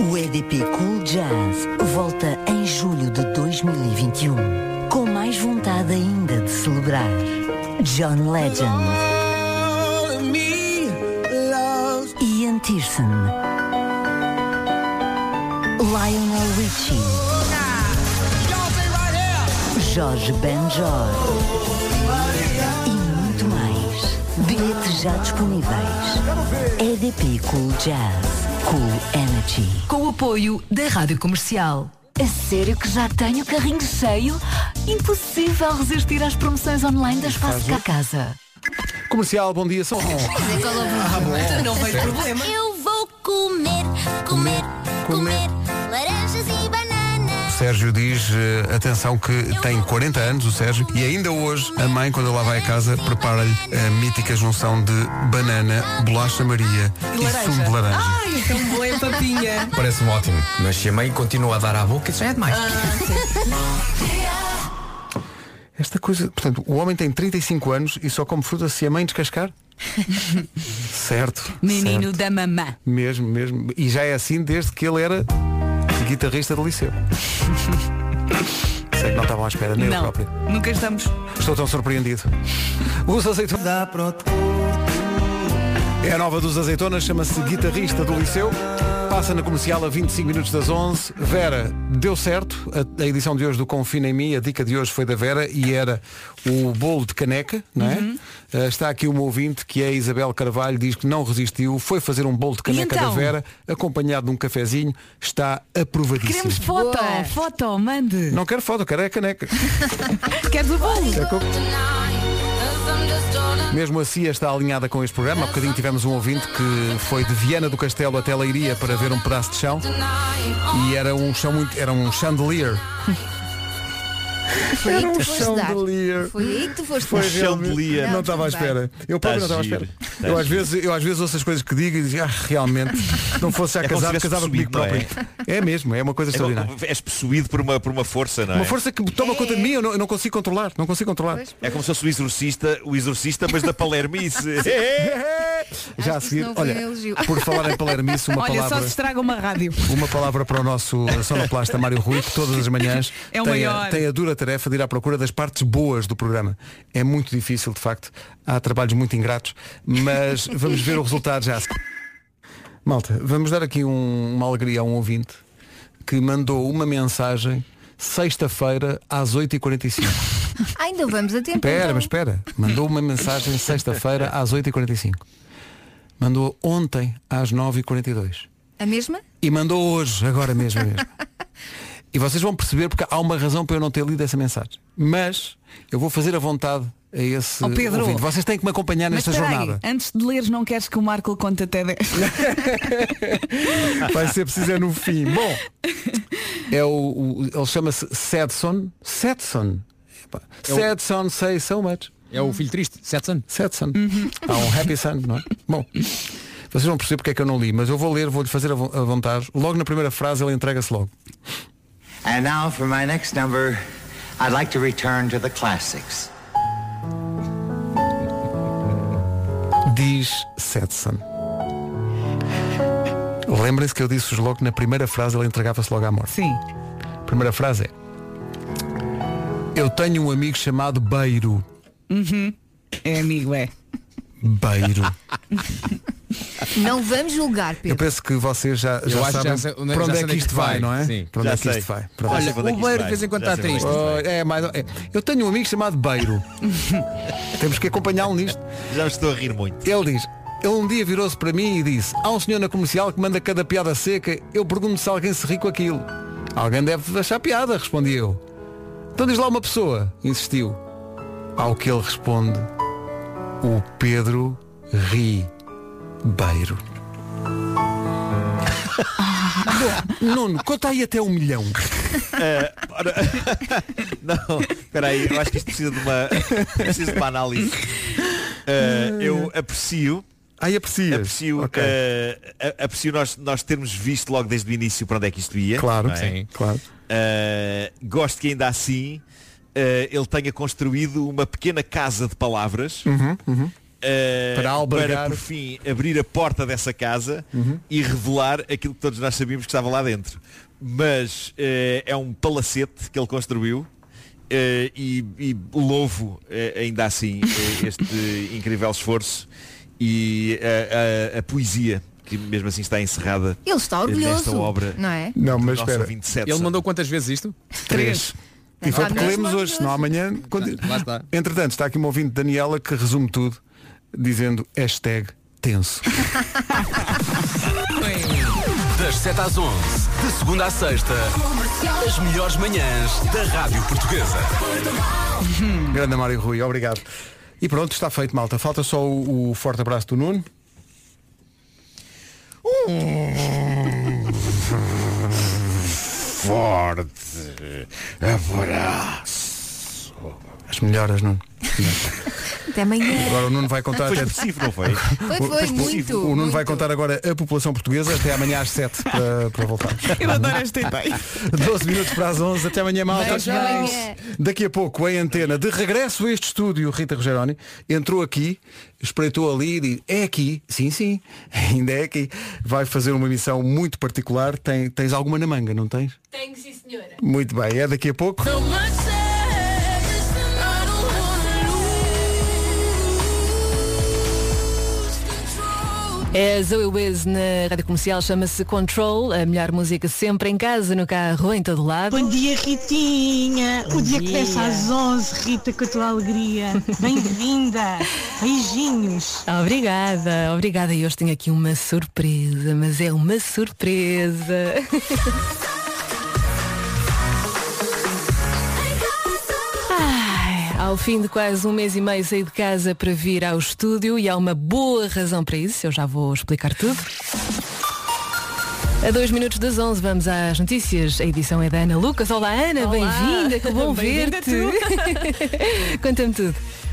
O EDP Cool Jazz volta em julho de 2021, com mais vontade ainda de celebrar. John Legend. Ian Thiessen. Lionel Richie. Jorge Benjor. E muito mais. Bilhetes já disponíveis. EDP Cool Jazz. Cool Energy.
Com o apoio da Rádio Comercial.
A sério que já tenho o carrinho cheio? Impossível resistir às promoções online da Espaço
Faz um o-
Cá Casa.
Comercial, bom dia. São... Ah,
Ah,
Não vejo problema.
Eu vou comer, comer, comer laranjas e bananas.
O Sérgio diz, eh, atenção que tem 40 anos o Sérgio e ainda hoje a mãe quando ela vai a casa prepara-lhe a mítica junção de banana, bolacha Maria e, sumo de laranja.
Ai, tão boa é papinha.
Parece-me ótimo, mas se a mãe continua a dar à boca, isso já é
Ah,
demais.
Esta coisa, portanto, o homem tem 35 anos e só come fruta se a mãe descascar? certo.
Menino
certo.
da mamã.
Mesmo, mesmo. E já é assim desde que ele era guitarrista do liceu. Sei que não estavam à espera, nem eu
não,
próprio.
nunca estamos.
Estou tão surpreendido. Os azeitonas. É a nova dos azeitonas, chama-se Guitarrista do Liceu. Passa na comercial a 25 minutos das 11. Vera, deu certo. A, a edição de hoje do Confina em Mim, a dica de hoje foi da Vera e era o bolo de caneca, não é?
Uhum.
Ah, está aqui uma ouvinte que é a Isabel Carvalho, diz que não resistiu, foi fazer um bolo de caneca
então?
da Vera, acompanhado de um cafezinho, está aprovadíssimo.
Queremos foto, foto, mande.
Não quero foto, quero é a caneca.
Queres o bolo?
É que eu- Mesmo a CIA está alinhada com este programa. Há bocadinho tivemos um ouvinte que foi de Viana do Castelo até Leiria para ver um pedaço de chão. E era um chão muito. Era um chandelier.
Foi aí
Era
que
um
tu foste dar.
chandelier.
Foi aí que tu foste
Foi
Um
dar.
realmente, não estava à
tudo bem.
espera. Eu próprio
Tá
não estava à
giro,
espera.
tá
Eu às,
giro.
vezes, eu às vezes ouço as coisas que digo e digo, ah, realmente, não fosse já
É como se
casado,
tivesse
casava comigo
possuído, não
próprio. É mesmo, é uma coisa
É como-
extraordinária.
és possuído por uma, por uma força, não é?
Uma força que toma conta de mim, eu não, eu não consigo controlar, não consigo controlar.
É como se fosse o exorcista, o exorcista, mas da palermice.
Já a seguir,
não foi
olha,
um elogio.
por falar em palermice, uma
Olha, só
palavra.
se estraga uma rádio.
Uma palavra para o nosso sonoplasta Mário Rui, que todas as manhãs
É o
tem, a,
maior.
tem a dura tarefa de ir à procura das partes boas do programa. É muito difícil, de facto. Há trabalhos muito ingratos, mas vamos ver o resultado já. a seguir. Malta, vamos dar aqui um- uma alegria a um ouvinte que mandou uma mensagem sexta-feira às 8h45.
Ainda vamos a tempo.
Espera,
então.
mas espera. Mandou uma mensagem sexta-feira às 8h45. Mandou ontem às 9h42.
A mesma?
E mandou hoje, agora mesmo mesmo. e vocês vão perceber porque há uma razão para eu não ter lido essa mensagem. Mas eu vou fazer a vontade a esse
Ó, Pedro,
ouvinte. Vocês têm que me acompanhar
Mas
nesta
espera aí,
jornada.
antes de leres não queres que o Marco conte até 10.
Vai ser preciso é no fim. Bom, é o, o- ele chama-se Sedson. Sedson. Epá.
É o-
Sedson, say so much.
É o filho triste, Setson.
Setson.
Hum.
Há um happy sun, não é? Bom, vocês vão perceber porque é que eu não li, mas eu vou ler, vou-lhe fazer a vo- a vontade. Logo na primeira frase ele entrega-se logo.
And now for my next number, I'd like to return to the classics.
Diz Setson. Lembrem-se que eu disse-vos logo que na primeira frase ele entregava-se logo à morte.
Sim.
Primeira frase é. Eu tenho um amigo chamado Beiro.
Uhum. É amigo, é.
Beiro.
Não vamos julgar,
Eu
Pedro.
penso que vocês já,
Eu
já
acho que
sabem
já sei-
para onde
já
é
sei
que isto vai, não é?
Sim.
Para onde
Já
é que
sei.
isto vai? Para onde
Olha,
é que isto
o
vai?
Beiro de vez em quando
Já
está
sei onde é que
triste.
isto vai. É, mais, é. Eu tenho um amigo chamado Beiro. Temos que acompanhá-lo nisto.
Já me estou a rir muito.
Ele diz, ele um dia virou-se para mim e disse, há um senhor na comercial que manda cada piada seca, eu pergunto se alguém se ri com aquilo. Alguém deve achar piada, respondi eu. Então diz lá uma pessoa, insistiu. Ao que ele responde, o Pedro Ribeiro. Bom, Nuno, conta aí até um milhão.
Eh, ora- não, espera aí, eu acho que isto precisa de uma, precisa de uma análise. Eh, eu aprecio.
Ai, aprecias?
Aprecio,
Ok.
eh, a- aprecio nós, nós termos visto logo desde o início para onde é que isto ia.
Claro,
não é?
sim, claro.
Eh, gosto que ainda assim eh, ele tenha construído uma pequena casa de palavras.
Uhum, uhum.
eh,
Para albergar-
para, por fim abrir a porta dessa casa
Uhum.
e revelar aquilo que todos nós sabíamos que estava lá dentro. Mas eh, é um palacete que ele construiu eh, e, e louvo eh, ainda assim eh, este incrível esforço e a, a- a poesia que mesmo assim está encerrada
Ele está
nesta
orgulhoso.
obra.
Não é?
Não, mas
Nossa,
espera.
27,
Ele mandou quantas vezes isto?
Três. E foi
Ah,
porque
não.
lemos hoje, senão amanhã. continu-
Lá está.
Entretanto, está aqui um ouvinte Daniela que resume tudo dizendo hashtag tenso.
Das 7 às 11, de segunda à sexta, as melhores manhãs da Rádio Portuguesa.
Grande Mário Rui, obrigado. E pronto, está feito, malta. Falta só o, o forte abraço do Nuno.
Forte abraço.
As melhoras, Nuno.
Até amanhã.
Agora o Nuno vai contar
Foi
até.
expressivo, não foi? Foi, foi,
O- o-
muito,
O Nuno
muito.
vai contar agora a população portuguesa até amanhã às 7 para, para voltar.
Eu adoro esta ideia.
12 minutos para as 11, até amanhã, malta.
Beijo, até amanhã.
Daqui a pouco, em antena, de regresso a este estúdio, Rita Rogeroni entrou aqui, espreitou ali e disse, é aqui, sim, sim, ainda é aqui. Vai fazer uma missão muito particular. Tem, tens alguma na manga, não tens?
Tenho sim, senhora.
Muito bem, é daqui a pouco.
É a Zoe Wiz na rádio comercial, chama-se Control, a melhor música sempre em casa, no carro, em todo lado. Bom dia, Ritinha.
O dia começa às 11, Rita, com a tua alegria. Bem-vinda. Beijinhos.
Obrigada, obrigada. E hoje tenho aqui uma surpresa, mas é uma surpresa. Ai, Ao fim de quase um mês e meio saí de casa para vir ao estúdio e há uma boa razão para isso, eu já vou explicar tudo. A dois minutos das 11 vamos às notícias. A edição é da Ana Lucas. Olá Ana, bem-vinda, que bom
Bem-vinda
ver-te. Conta-me tudo.